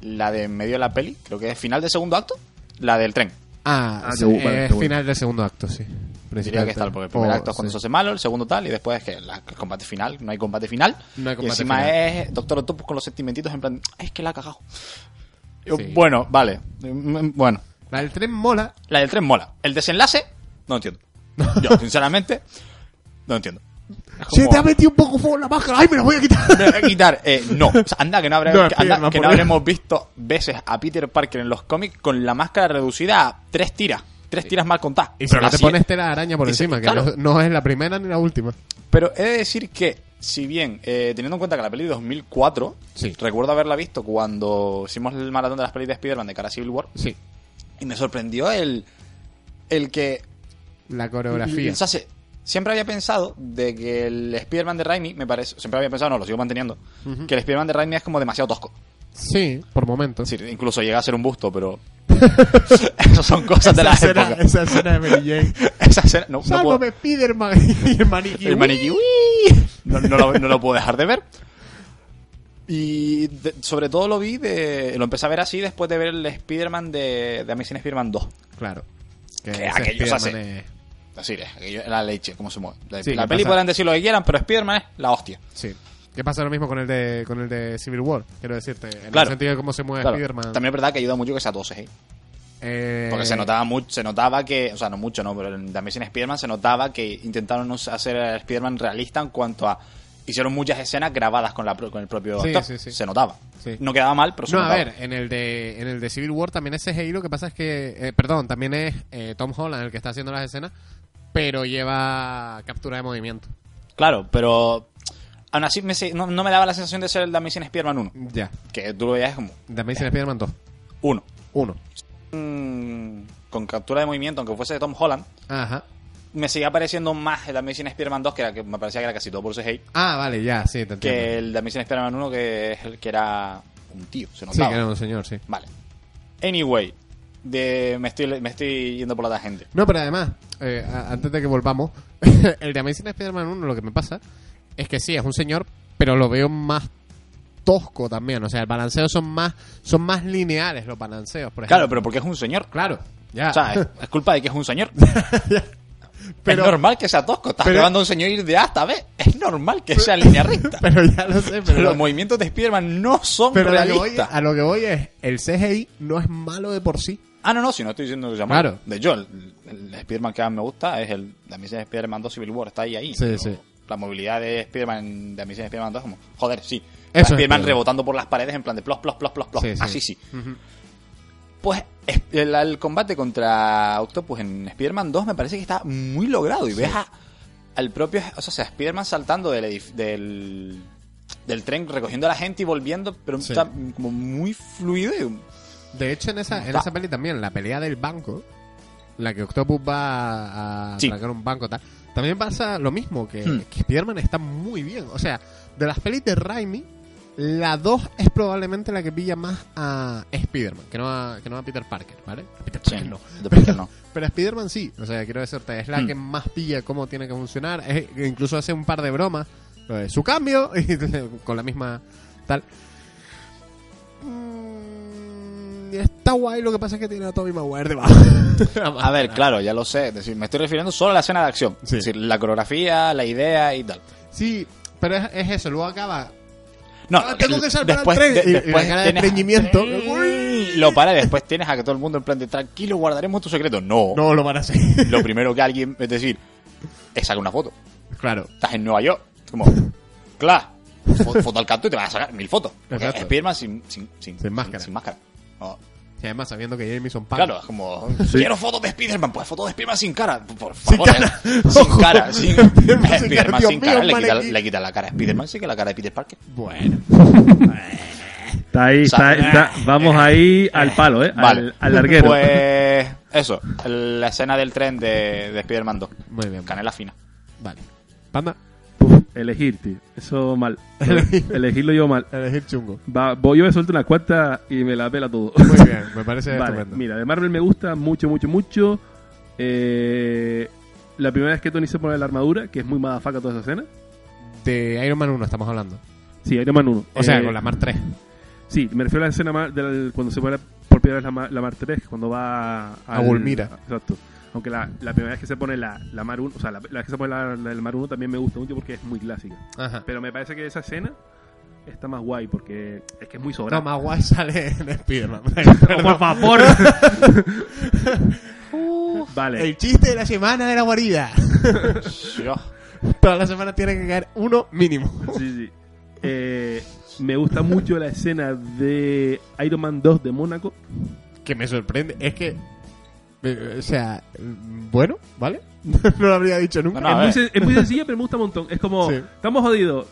Speaker 4: la de en medio de la peli, creo que es final de segundo acto, la del tren.
Speaker 1: ah,
Speaker 3: Ah,
Speaker 1: sí,
Speaker 3: qué bu- vale,
Speaker 1: es
Speaker 3: qué bueno.
Speaker 1: final del segundo acto, sí. Oh,
Speaker 4: Diría que es tal, porque el primer acto es cuando se hace malo, el segundo tal, y después es que la- el combate final, no hay combate final.
Speaker 1: No hay
Speaker 4: y
Speaker 1: combate
Speaker 4: encima
Speaker 1: final.
Speaker 4: es Doctor Octopus con los sentimentitos en plan, "Ay, es que la ha cagado. Yo,
Speaker 1: Sí.
Speaker 4: Bueno, vale. Mm, Bueno,
Speaker 1: La del tren mola.
Speaker 4: la del tren mola. El desenlace, no entiendo. Yo, sinceramente, no entiendo. Es
Speaker 1: Se
Speaker 4: como-
Speaker 1: te ha metido un poco fuego en la máscara. ¡Ay, me la voy a quitar!
Speaker 4: Me voy a quitar. Eh, no. O sea, anda que no, habrá-
Speaker 1: No,
Speaker 4: que, anda
Speaker 1: Spiderman,
Speaker 4: que
Speaker 1: por
Speaker 4: no
Speaker 1: Dios.
Speaker 4: habremos visto veces a Peter Parker en los cómics con la máscara reducida a tres tiras. Tres tiras mal contadas.
Speaker 1: Pero no te
Speaker 4: Así
Speaker 1: pones
Speaker 4: es.
Speaker 1: tela de araña por
Speaker 4: Dice,
Speaker 1: encima, que
Speaker 4: claro.
Speaker 1: no, no es la primera ni la última.
Speaker 4: Pero he de decir que, si bien, eh, teniendo en cuenta que la peli de 2004,
Speaker 1: Sí.
Speaker 4: recuerdo haberla visto cuando hicimos el maratón de las pelis de Spider-Man de cara a Civil War,
Speaker 1: Sí.
Speaker 4: y me sorprendió el, el que
Speaker 1: La coreografía.
Speaker 4: Pensase, siempre había pensado de que el Spider-Man de Raimi, me parece, siempre había pensado, no, lo sigo manteniendo, que el Spider-Man de Raimi es como demasiado tosco.
Speaker 1: Sí, por momentos.
Speaker 4: Es decir, incluso llega a ser un busto, pero... Esas son cosas de la época.
Speaker 1: esa escena de Mary Jane.
Speaker 4: Esa escena- no, no puedo-
Speaker 1: Sálvame, Spiderman y el maniquí.
Speaker 4: el maniquí, ¡uy! No, no lo, no lo puedo dejar de ver. Y de- sobre todo lo vi, de, lo empecé a ver así después de ver el Spider-Man de, de Amazing Spider-Man 2.
Speaker 1: Claro. Que
Speaker 4: Que
Speaker 1: ese
Speaker 4: aquellos
Speaker 1: Spiderman
Speaker 4: hace-
Speaker 1: es-
Speaker 4: Es decir, es aquello- la leche, cómo se mueve. La,
Speaker 1: Sí,
Speaker 4: la
Speaker 1: ¿qué
Speaker 4: peli
Speaker 1: pasa?
Speaker 4: podrán decir lo que quieran, pero Spider-Man es la hostia.
Speaker 1: Sí. Que pasa lo mismo con el de con el de Civil War, quiero decirte. En el
Speaker 4: Claro.
Speaker 1: sentido de cómo se mueve
Speaker 4: Claro.
Speaker 1: Spider-Man.
Speaker 4: También es verdad que ayuda mucho que sea todo CGI.
Speaker 1: Eh,
Speaker 4: Porque se notaba mucho, se notaba que, o sea, no mucho, no, pero en también sin Spider-Man se notaba que intentaron us- hacer a Spider-Man realista en cuanto a hicieron muchas escenas grabadas con la pro- con el propio
Speaker 1: Sí,
Speaker 4: actor.
Speaker 1: sí, sí.
Speaker 4: Se notaba.
Speaker 1: Sí.
Speaker 4: No quedaba mal, pero se
Speaker 1: No, a
Speaker 4: notaba.
Speaker 1: ver, en el de en el de Civil War también es CGI, lo que pasa es que eh, perdón, también es eh, Tom Holland el que está haciendo las escenas, pero lleva captura de movimiento.
Speaker 4: Claro, pero aún así me se- no, no me daba la sensación de ser el Amazing Spider-Man 1,
Speaker 1: Ya.
Speaker 4: que tú lo veías como
Speaker 1: The Amazing Spider-Man 2.
Speaker 4: uno.
Speaker 1: Uno.
Speaker 4: Mm, con captura de movimiento, aunque fuese de Tom Holland,
Speaker 1: Ajá.
Speaker 4: me seguía pareciendo más el Amazing Spider-Man 2, que, era, que me parecía que era casi todo por CGI,
Speaker 1: Ah, vale, ya, sí, te entiendo.
Speaker 4: que el Amazing Spider-Man 1, que, es el que era un tío, se
Speaker 1: sí,
Speaker 4: notaba.
Speaker 1: que era un señor, sí.
Speaker 4: Vale. Anyway, de, me, estoy, me estoy yendo por la tangente.
Speaker 1: No, pero además, eh, a- antes de que volvamos, el de Amazing Spider-Man 1 lo que me pasa es que sí, es un señor, pero lo veo más tosco también. O sea, el balanceo son más, son más lineales los balanceos, por
Speaker 4: Claro,
Speaker 1: ejemplo.
Speaker 4: pero porque es un señor.
Speaker 1: Claro, ya.
Speaker 4: O sea, es, es culpa de que es un señor.
Speaker 1: Pero-
Speaker 4: es normal que sea tosco. Estás
Speaker 1: pero-
Speaker 4: llevando a un señor ir de A hasta B. Es normal que sea línea recta.
Speaker 1: pero ya lo sé, pero...
Speaker 4: Los movimientos de Spider-Man no son
Speaker 1: pero a, lo que voy,
Speaker 4: realistas.
Speaker 1: a lo que voy es, el CGI no es malo de por sí.
Speaker 4: Ah, no, no, si no estoy diciendo que sea malo.
Speaker 1: Claro.
Speaker 4: De hecho, el, el Spider-Man que más me gusta es el de Amazing Spider-Man 2 Civil War. Está ahí, ahí.
Speaker 1: Sí,
Speaker 4: Pero
Speaker 1: sí.
Speaker 4: La movilidad de Spider-Man, de Amazing Spider-Man 2 como, joder, sí.
Speaker 1: Eso es
Speaker 4: Spider-Man
Speaker 1: Spider-Man.
Speaker 4: rebotando por las paredes en plan de plos, plos, plos, plos, plos.
Speaker 1: Sí, sí.
Speaker 4: Así sí.
Speaker 1: Ujú.
Speaker 4: Pues es- el, el combate contra Octopus en Spider-Man 2 me parece que está muy logrado. Y ves a- al propio. O sea, a Spider-Man saltando del, edif- del, del tren, recogiendo a la gente y volviendo, pero
Speaker 1: Sí.
Speaker 4: está como muy fluido. y-
Speaker 1: De hecho, en esa, en
Speaker 4: Va.
Speaker 1: esa peli también, la pelea del banco, la que Octopus va a
Speaker 4: Sí. Hmm.
Speaker 1: atracar un banco tal, también pasa lo mismo, que, que Spider-Man está muy bien. O sea, de las pelis de Raimi, la 2 es probablemente la que pilla más a Spider-Man, que no a, que no a Peter Parker, ¿vale? A Peter Parker no.
Speaker 4: de Peter no.
Speaker 1: Pero a Spider-Man sí, o sea, quiero decirte, es la
Speaker 4: Hmm.
Speaker 1: que más pilla cómo tiene que funcionar, es- incluso hace un par de bromas, lo de su cambio, y con la misma tal. Mm, Está guay, lo que pasa es que tiene a Tobey Maguire debajo.
Speaker 4: A ver, claro, ya lo sé. Es decir, me estoy refiriendo solo a la escena de acción.
Speaker 1: Sí.
Speaker 4: Es decir, la coreografía, la idea y tal.
Speaker 1: Sí, pero es, es eso, luego acaba...
Speaker 4: No,
Speaker 1: "Ah, tengo que salvar
Speaker 4: después,
Speaker 1: al tren.
Speaker 4: de-
Speaker 1: Y- y
Speaker 4: después
Speaker 1: la cara de
Speaker 4: tienes-
Speaker 1: estreñimiento.
Speaker 4: Uy, Lo para y después tienes a que todo el mundo en plan de tranquilo, guardaremos tu secreto. No.
Speaker 1: No lo van a hacer.
Speaker 4: Lo primero que alguien, es decir, es sacar una foto.
Speaker 1: claro.
Speaker 4: Estás en Nueva York. Como, claro. fo- foto al canto y te vas a sacar mil fotos. Porque
Speaker 1: Exacto.
Speaker 4: Spiderman sin, sin, sin,
Speaker 1: Sin máscara.
Speaker 4: Sin, máscara. No.
Speaker 1: Y además, sabiendo que Jameson Pan.
Speaker 4: Claro, es como, quiero fotos de Spiderman, pues fotos de Spiderman sin cara, por
Speaker 1: Sin
Speaker 4: favor. eh.
Speaker 1: cara.
Speaker 4: Sin
Speaker 1: Ojo.
Speaker 4: cara, sin
Speaker 1: Spiderman sin cara,
Speaker 4: Spiderman
Speaker 1: Dios
Speaker 4: sin
Speaker 1: mío,
Speaker 4: cara, le, quita,
Speaker 1: maniquí.
Speaker 4: le quita la cara a Spiderman, sí que la cara de Peter Parker.
Speaker 1: Bueno.
Speaker 3: Está ahí, está, está- vamos ahí al palo, ¿eh?
Speaker 4: Vale.
Speaker 3: Al, al larguero.
Speaker 4: Pues eso, la escena del tren de, de Spider-Man 2.
Speaker 1: Muy bien.
Speaker 4: Canela fina.
Speaker 1: Vale. Panda,
Speaker 3: Puf, elegir, tío. Eso mal. Elegirlo yo mal.
Speaker 1: elegir chungo.
Speaker 3: Va, voy yo me suelto una cuarta y me la pela todo.
Speaker 1: Muy bien, me parece
Speaker 3: Vale,
Speaker 1: estupendo.
Speaker 3: mira, de Marvel me gusta mucho, mucho, mucho. Eh, la primera vez que Tony se pone la armadura, que es muy madafaca toda esa escena.
Speaker 1: De Iron Man 1 estamos hablando.
Speaker 3: Sí, Iron Man 1.
Speaker 1: O sea,
Speaker 3: Eh,
Speaker 1: con la Mar 3.
Speaker 3: Sí, me refiero a la escena ma- del- cuando se pone por primera vez la, ma- la Mar 3, cuando va al-
Speaker 1: Volmira.
Speaker 3: Exacto. Aunque la, la primera vez que se pone la, la Mar 1, o sea, la, la vez que se pone la, la del Mar 1 también me gusta mucho porque es muy clásica.
Speaker 1: Ajá.
Speaker 3: Pero me parece que esa escena está más guay porque es que es muy
Speaker 1: No,
Speaker 3: sobrada.
Speaker 1: más guay sale en Spider-Man.
Speaker 3: Pero por favor.
Speaker 1: Uh,
Speaker 3: vale.
Speaker 1: El chiste de la semana de la guarida.
Speaker 4: Yo.
Speaker 1: Toda la semana tiene que caer uno mínimo.
Speaker 3: Sí, sí. Eh, me gusta mucho la escena de Iron Man 2 de Mónaco.
Speaker 1: Que me sorprende. Es que. eh, O sea, bueno, ¿vale? no lo habría dicho nunca.
Speaker 4: No, no. A
Speaker 3: es, muy
Speaker 4: ver.
Speaker 3: sen- es muy sencilla, pero me gusta un montón. Es como,
Speaker 1: Sí.
Speaker 3: estamos jodidos.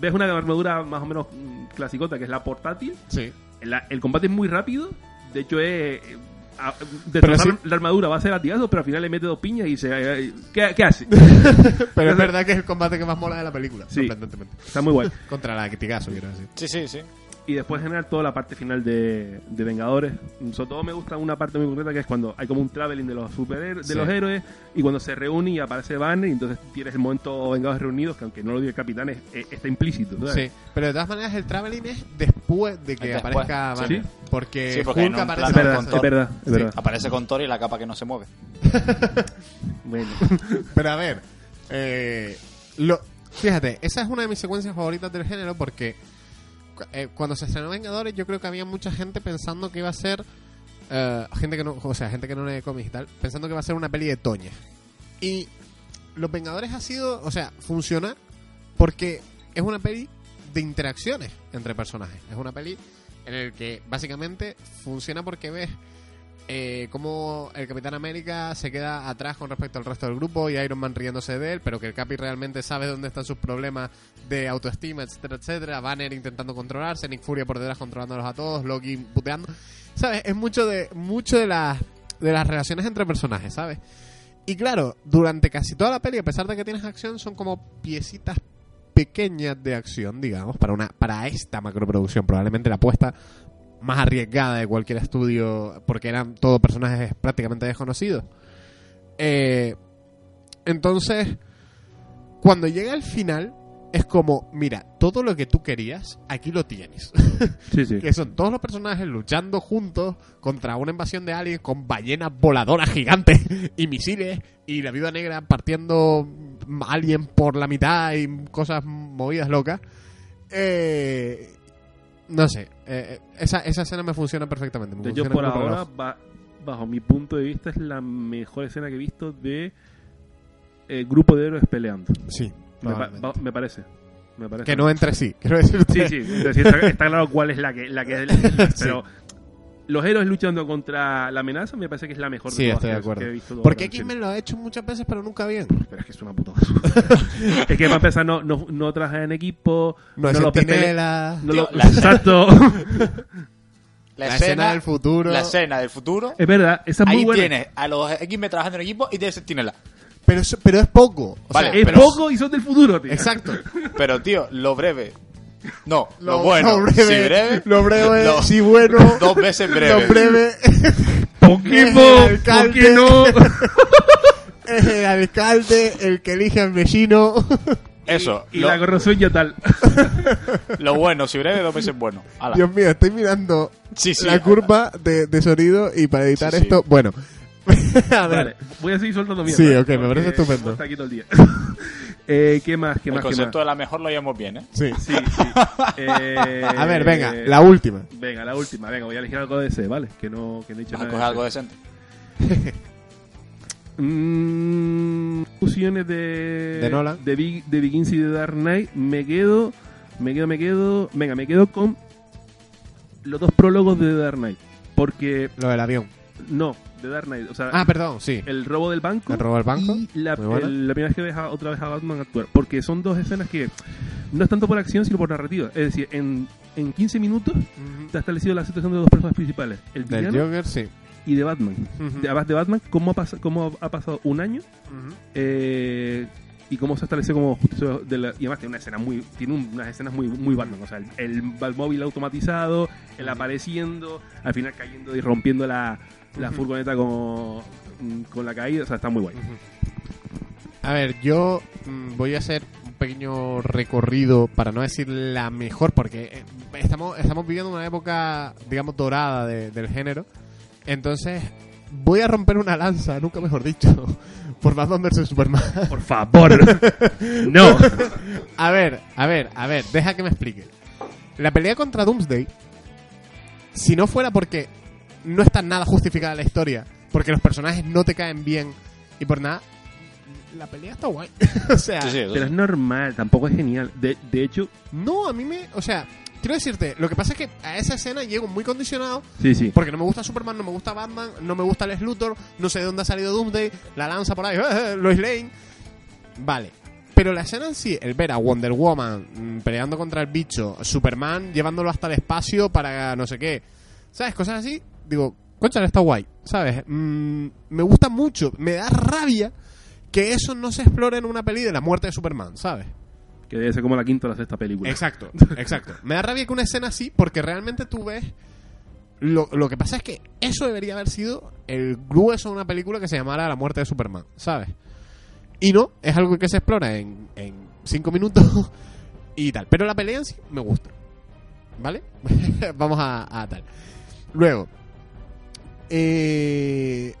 Speaker 3: Ves una armadura más o menos mm, clasicota, que es la portátil.
Speaker 1: Sí.
Speaker 3: La- el combate es muy rápido. De hecho, es. eh, a-
Speaker 1: Pero
Speaker 3: destrozar
Speaker 1: sí.
Speaker 3: la armadura va a ser latigazo, pero al final le mete dos piñas y se. eh, eh, ¿Qué, qué hace?
Speaker 1: Pero es
Speaker 3: Entonces-
Speaker 1: verdad que es el combate que más mola de la película.
Speaker 3: Sí.
Speaker 1: Sorprendentemente.
Speaker 3: Está muy guay.
Speaker 1: Contra la Kitigazo, quiero decir.
Speaker 4: Sí, sí, sí.
Speaker 3: Y después generar toda la parte final de, de Vengadores. Sobre todo me gusta una parte muy concreta que es cuando hay como un traveling de los superhéroes, de
Speaker 1: Sí.
Speaker 3: los héroes, y cuando se reúne y aparece Banner, y entonces tienes el momento Vengadores reunidos, que aunque no lo diga el capitán, es- eh, está implícito.
Speaker 1: Sí,
Speaker 3: ¿sabes?
Speaker 1: pero de todas maneras el traveling es después de que
Speaker 4: Es después,
Speaker 1: aparezca
Speaker 4: sí.
Speaker 1: Banner.
Speaker 3: Sí.
Speaker 1: Porque,
Speaker 4: Sí, porque en
Speaker 1: Hulk
Speaker 4: un
Speaker 1: aparece
Speaker 3: Es
Speaker 4: plano
Speaker 3: verdad,
Speaker 4: con
Speaker 3: es
Speaker 4: Thor.
Speaker 3: verdad, es
Speaker 1: Sí.
Speaker 3: verdad.
Speaker 4: Aparece con Thor y la capa que no se mueve.
Speaker 3: Bueno.
Speaker 1: Pero a ver, eh, lo, fíjate, esa es una de mis secuencias favoritas del género porque cu- eh, cuando se estrenó Vengadores yo creo que había mucha gente pensando que iba a ser eh, gente que no, o sea, gente que no lee cómics y tal, pensando que iba a ser una peli de Toña. Y Los Vengadores ha sido, o sea, funciona porque es una peli de interacciones entre personajes. Es una peli en el que básicamente funciona porque ves eh, cómo el Capitán América se queda atrás con respecto al resto del grupo y Iron Man riéndose de él, pero que el Capi realmente sabe dónde están sus problemas de autoestima, etcétera, etcétera. Banner intentando controlarse, Nick Furia por detrás controlándolos a todos, Loki puteando. ¿Sabes? Es mucho de mucho de las de las relaciones entre personajes, ¿sabes? Y claro, durante casi toda la peli, a pesar de que tienes acción, son como piecitas pequeñas de acción, digamos, para una para esta macroproducción, probablemente la apuesta más arriesgada de cualquier estudio, porque eran todos personajes prácticamente desconocidos. Eh, entonces, cuando llega el final, es como, mira, todo lo que tú querías, aquí lo tienes.
Speaker 3: Sí, sí.
Speaker 1: que son todos los personajes luchando juntos contra una invasión de aliens con ballenas voladoras gigantes y misiles y la viuda negra partiendo aliens por la mitad y cosas movidas locas. Eh, no sé, eh, esa, esa escena me funciona perfectamente. me
Speaker 3: De hecho,
Speaker 1: funciona
Speaker 3: por
Speaker 1: como reloj.
Speaker 3: ahora, ba- bajo mi punto de vista, es la mejor escena que he visto de eh, grupo de héroes peleando.
Speaker 1: Sí,
Speaker 3: Me, pa-
Speaker 1: probablemente.
Speaker 3: ba- me parece. Me parece.
Speaker 1: que no entre sí, quiero decir.
Speaker 3: Sí, sí, pero sí, está, está claro cuál es la que, la que es. Pero los héroes luchando contra la amenaza me parece que es la mejor
Speaker 1: Sí,
Speaker 3: todas
Speaker 1: estoy de
Speaker 3: las
Speaker 1: acuerdo.
Speaker 3: que he visto toda
Speaker 1: Porque
Speaker 3: la noche.
Speaker 1: X-Men lo ha hecho muchas veces, pero nunca bien.
Speaker 3: Pero es que es una puta basura. es que para empezar no, no, no trabajan en equipo,
Speaker 1: No,
Speaker 3: no,
Speaker 1: es
Speaker 3: los pepele-
Speaker 1: Sentinela,
Speaker 3: no lo-
Speaker 4: Tío, la-
Speaker 3: Exacto.
Speaker 4: La,
Speaker 1: la
Speaker 4: escena,
Speaker 1: escena del futuro.
Speaker 4: La escena del futuro.
Speaker 3: es verdad, esa es muy
Speaker 4: Ahí
Speaker 3: buena.
Speaker 4: tienes a los X me trabajando en equipo y tienes Sentinela.
Speaker 1: Pero, es- pero es poco. O
Speaker 4: Vale,
Speaker 1: sea,
Speaker 3: Es
Speaker 4: pero-
Speaker 3: poco y son del futuro, tío.
Speaker 1: exacto.
Speaker 4: Pero tío, lo breve. No, lo, bueno.
Speaker 1: lo breve,
Speaker 4: si breve.
Speaker 1: Lo breve,
Speaker 4: lo-
Speaker 1: sí bueno.
Speaker 4: Dos veces breve.
Speaker 1: Lo breve
Speaker 3: Pokémon,
Speaker 1: El
Speaker 3: ¿por
Speaker 1: alcalde.
Speaker 3: qué no?
Speaker 1: es el alcalde, el que elige al vecino.
Speaker 4: Eso.
Speaker 3: y
Speaker 4: lo,
Speaker 3: la corrupción ya tal.
Speaker 4: lo bueno, si breve, dos veces bueno. Ala.
Speaker 1: Dios mío, estoy mirando
Speaker 4: Sí, sí.
Speaker 1: la curva de, de sonido y para editar
Speaker 4: Sí, sí.
Speaker 1: esto. Bueno, a ver.
Speaker 3: Vale, voy a seguir soltando mierda.
Speaker 1: Sí, ok, me
Speaker 3: porque
Speaker 1: parece estupendo.
Speaker 3: voy a estar aquí todo el día. eh, ¿Qué más? ¿Qué
Speaker 4: El
Speaker 3: más? ¿Qué más?
Speaker 4: concepto de la mejor lo llevamos bien, ¿eh?
Speaker 1: Sí.
Speaker 3: Sí, sí. Eh,
Speaker 1: A ver, venga, la última.
Speaker 3: Venga, la última. Venga, voy a elegir algo de ese, ¿vale? Que no, que no he dicho
Speaker 4: Vas a
Speaker 3: nada.
Speaker 4: coger algo decente.
Speaker 3: Mm, fusiones de...
Speaker 1: De Nolan.
Speaker 3: Mm, De, Big- de Begins y de Dark Knight. Me quedo Me quedo, me quedo. Venga, me quedo con los dos prólogos de The Dark Knight. Porque.
Speaker 1: Lo del avión.
Speaker 3: No, The Dark Knight. O sea,
Speaker 1: Ah, perdón, sí.
Speaker 3: el robo del banco.
Speaker 1: El robo del banco,
Speaker 3: Y la,
Speaker 1: muy buena.
Speaker 3: el- la primera vez que ves a- otra vez a Batman actuar. Porque son dos escenas que no es tanto por acción, sino por narrativa. Es decir, en, en 15 minutos está establecido la situación de dos personas principales. El
Speaker 1: eh, Del
Speaker 3: villano
Speaker 1: Joker, sí.
Speaker 3: y de Batman.
Speaker 1: Ujú.
Speaker 3: De- Además de Batman, cómo ha, pas- cómo ha pasado un año eh, y cómo se establece como justicia de la- y además tiene una escena muy tiene un- unas escenas muy muy Batman o sea el, el Batmóvil automatizado el apareciendo al final cayendo y rompiendo la, la furgoneta con, con la caída o sea está muy guay
Speaker 1: A ver, yo mm, voy a hacer un pequeño recorrido para no decir la mejor, porque eh, estamos, estamos viviendo una época, digamos, dorada de- del género. Entonces, voy a romper una lanza, nunca mejor dicho, por Batman vs Superman.
Speaker 3: por favor no
Speaker 1: A ver, a ver, a ver, deja que me explique. La pelea contra Doomsday, si no fuera porque no está nada justificada la historia, porque los personajes no te caen bien y por nada, la pelea está guay. o sea,
Speaker 2: Sí, sí, eso
Speaker 3: pero es
Speaker 2: sí.
Speaker 3: normal tampoco es genial de, de hecho
Speaker 1: no, a mí me. O sea, quiero decirte, lo que pasa es que a esa escena llego muy condicionado
Speaker 3: sí sí
Speaker 1: porque no me gusta Superman, no me gusta Batman, no me gusta Lex Luthor, no sé de dónde ha salido Doomsday, la lanza por ahí, ¡eh, eh, Lois Lane. Vale. Pero la escena en sí, el ver a Wonder Woman mm, peleando contra el bicho, Superman llevándolo hasta el espacio para no sé qué, ¿sabes? Cosas así, digo, concha, está guay, ¿sabes? Mm, me gusta mucho, me da rabia que eso no se explore en una peli de la muerte de Superman, ¿sabes?
Speaker 3: que debe ser como la quinta o la sexta película
Speaker 1: Exacto, exacto. Me da rabia que una escena así, porque realmente tú ves. Lo, lo que pasa es que eso debería haber sido el grueso de una película que se llamara La muerte de Superman, ¿sabes? Y no, es algo que se explora en, en cinco minutos y tal. Pero la pelea en sí me gusta. ¿Vale? Vamos a, a tal. Luego. eh,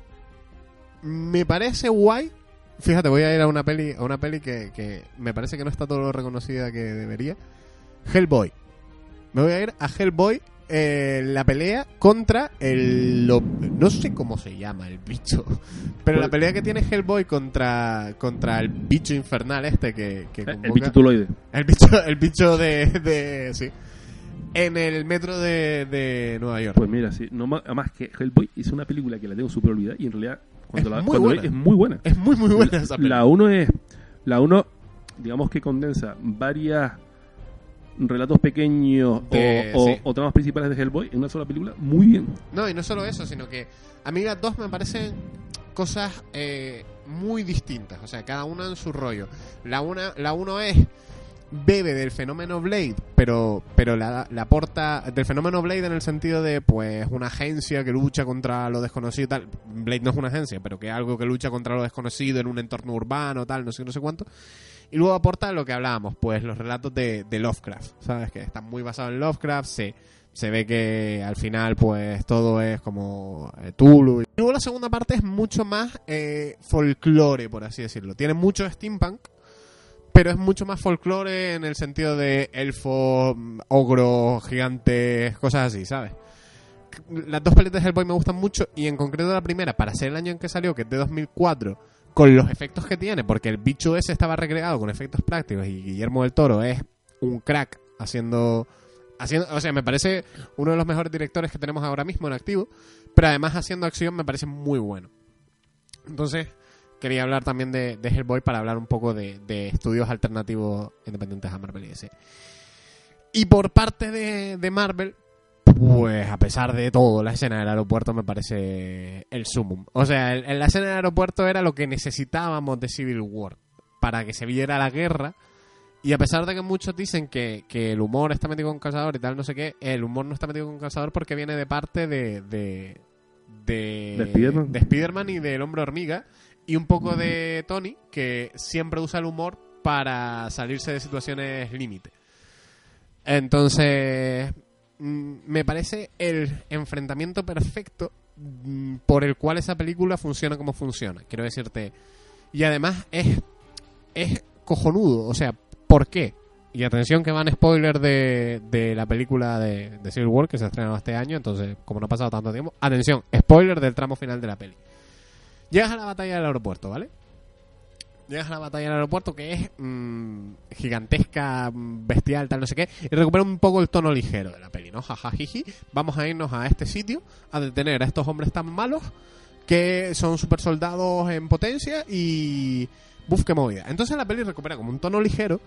Speaker 1: me parece guay. Fíjate, voy a ir a una peli, a una peli que, que me parece que no está todo lo reconocida que debería. Hellboy. Me voy a ir a Hellboy. eh, la pelea contra el. lo- no sé cómo se llama el bicho. Pero
Speaker 3: Pues-
Speaker 1: la pelea que tiene Hellboy contra, contra el bicho infernal este que. que
Speaker 3: Eh, el
Speaker 1: convoca-
Speaker 3: bicho tuloide
Speaker 1: el bicho, el bicho de, de- Sí. En el metro de, de Nueva York.
Speaker 3: pues mira sí no ma- además que Hellboy hizo una película que la tengo súper olvidada y en realidad cuando
Speaker 1: Es
Speaker 3: la
Speaker 1: muy
Speaker 3: cuando
Speaker 1: buena.
Speaker 3: ve- es muy buena
Speaker 1: Es muy, muy buena esa película.
Speaker 3: La 1 es. La 1, digamos que condensa varias relatos pequeños o-
Speaker 1: De-
Speaker 3: o,
Speaker 1: sí.
Speaker 3: o tramas principales de Hellboy en una sola película muy bien.
Speaker 1: No, y no solo eso, sino que a mí las dos me parecen cosas eh, muy distintas. O sea, cada una en su rollo. La una, la uno es bebe del fenómeno Blade, pero pero la, la aporta del fenómeno Blade en el sentido de pues una agencia que lucha contra lo desconocido y tal. Blade no es una agencia, pero que es algo que lucha contra lo desconocido en un entorno urbano, tal, no sé no sé cuánto. Y luego aporta lo que hablábamos, pues los relatos de, de Lovecraft, ¿sabes? Que están muy basados en Lovecraft, se, se ve que al final pues todo es como eh, Tulu. Y luego la segunda parte es mucho más eh, folclore, por así decirlo. Tiene mucho steampunk, pero es mucho más folclore en el sentido de elfo, mm, ogro, gigantes, cosas así, ¿sabes? Las dos peleas de Hellboy me gustan mucho y en concreto la primera, para ser el año en que salió, que es de 2004, con los efectos que tiene, porque el bicho ese estaba recreado con efectos prácticos y Guillermo del Toro es un crack haciendo... Haciendo, o sea, me parece uno de los mejores directores que tenemos ahora mismo en activo, pero además haciendo acción me parece muy bueno. Entonces, quería hablar también de, de Hellboy para hablar un poco de, de estudios alternativos independientes a Marvel y DC. Y por parte de, de Marvel, pues a pesar de todo, la escena del aeropuerto me parece el sumum. O sea, el- el- la escena del aeropuerto era lo que necesitábamos de Civil War para que se viera la guerra. Y a pesar de que muchos dicen que, que el humor está metido con cazador y tal, no sé qué, el humor no está metido con cazador porque viene de parte de. de. de,
Speaker 3: De Spiderman.
Speaker 1: de Spiderman y del hombre hormiga. Y un poco de Tony, que siempre usa el humor para salirse de situaciones límite. Entonces, mm, me parece el enfrentamiento perfecto mm, por el cual esa película funciona como funciona. Quiero decirte. Y además es, es cojonudo. O sea, ¿por qué? Y atención que van spoilers de, de la película de, de Civil War que se ha estrenado este año. Entonces, como no ha pasado tanto tiempo, atención, spoiler del tramo final de la peli. Llegas a la batalla del aeropuerto, ¿vale? llegas a la batalla del aeropuerto que es mm, gigantesca, mm, bestial, tal, no sé qué, y recupera un poco el tono ligero de la peli, ¿no? Jaja, jiji, vamos a irnos a este sitio a detener a estos hombres tan malos que son super soldados en potencia y... Buf, qué movida. Entonces la peli recupera como un tono ligero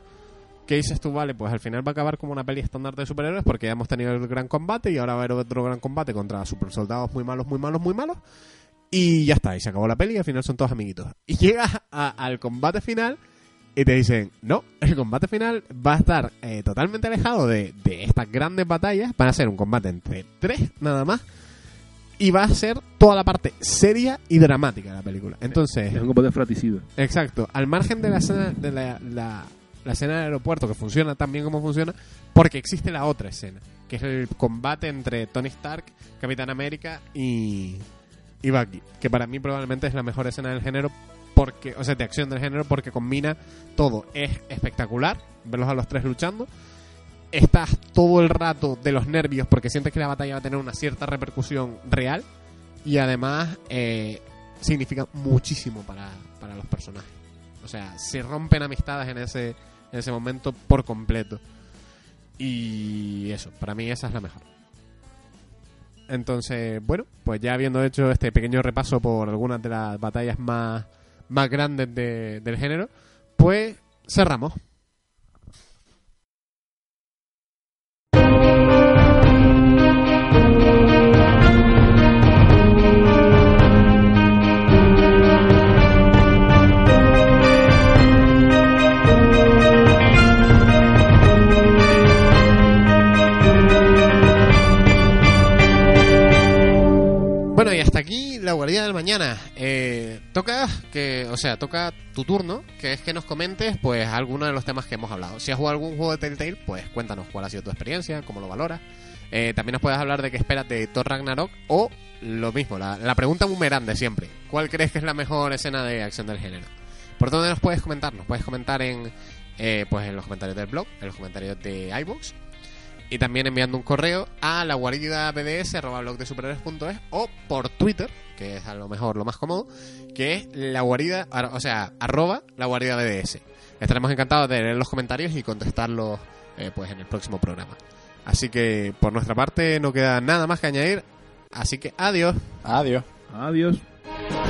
Speaker 1: que dices tú, vale, pues al final va a acabar como una peli estándar de superhéroes porque ya hemos tenido el gran combate y ahora va a haber otro gran combate contra super soldados muy malos, muy malos, muy malos. Y ya está, y se acabó la peli y al final son todos amiguitos. Y llegas a- al combate final y te dicen, no, el combate final va a estar eh, totalmente alejado de, de estas grandes batallas, van a ser un combate entre tres nada más. Y va a ser toda la parte seria y dramática de la película. Entonces,
Speaker 3: Es un combate fratricida.
Speaker 1: Exacto. Al margen de la escena, de la, la- la escena del aeropuerto, que funciona tan bien como funciona, porque existe la otra escena, que es el combate entre Tony Stark, Capitán América y, y Bucky, que para mí probablemente es la mejor escena del género, porque, o sea, de acción del género, porque combina todo. Es espectacular verlos a los tres luchando. Estás todo el rato de los nervios porque sientes que la batalla va a tener una cierta repercusión real y además eh, significa muchísimo para, para los personajes. O sea, se rompen amistades en ese, en ese momento por completo. Y eso, para mí esa es la mejor. Entonces, bueno, pues ya habiendo hecho este pequeño repaso por algunas de las batallas más, más grandes de- del género, pues cerramos. Bueno, y hasta aquí la guardia del mañana. Eh, toca que, o sea, toca tu turno, que es que nos comentes pues alguno de los temas que hemos hablado. Si has jugado algún juego de Telltale, pues cuéntanos cuál ha sido tu experiencia, cómo lo valoras. Eh, también nos puedes hablar de qué esperas de Thor Ragnarok o lo mismo, la, la pregunta boomerang de siempre. ¿Cuál crees que es la mejor escena de acción del género? ¿Por dónde nos puedes comentar? Nos puedes comentar en, eh, pues en los comentarios del blog, en los comentarios de iVoox, y también enviando un correo a la guarida bds o por Twitter, que es a lo mejor lo más cómodo, que es la guarida, ar- o sea, arroba la guarida bds. Estaremos encantados de leer los comentarios y contestarlos eh, pues en el próximo programa. Así que por nuestra parte no queda nada más que añadir, así que adiós.
Speaker 4: Adiós.
Speaker 3: Adiós.
Speaker 4: Adiós.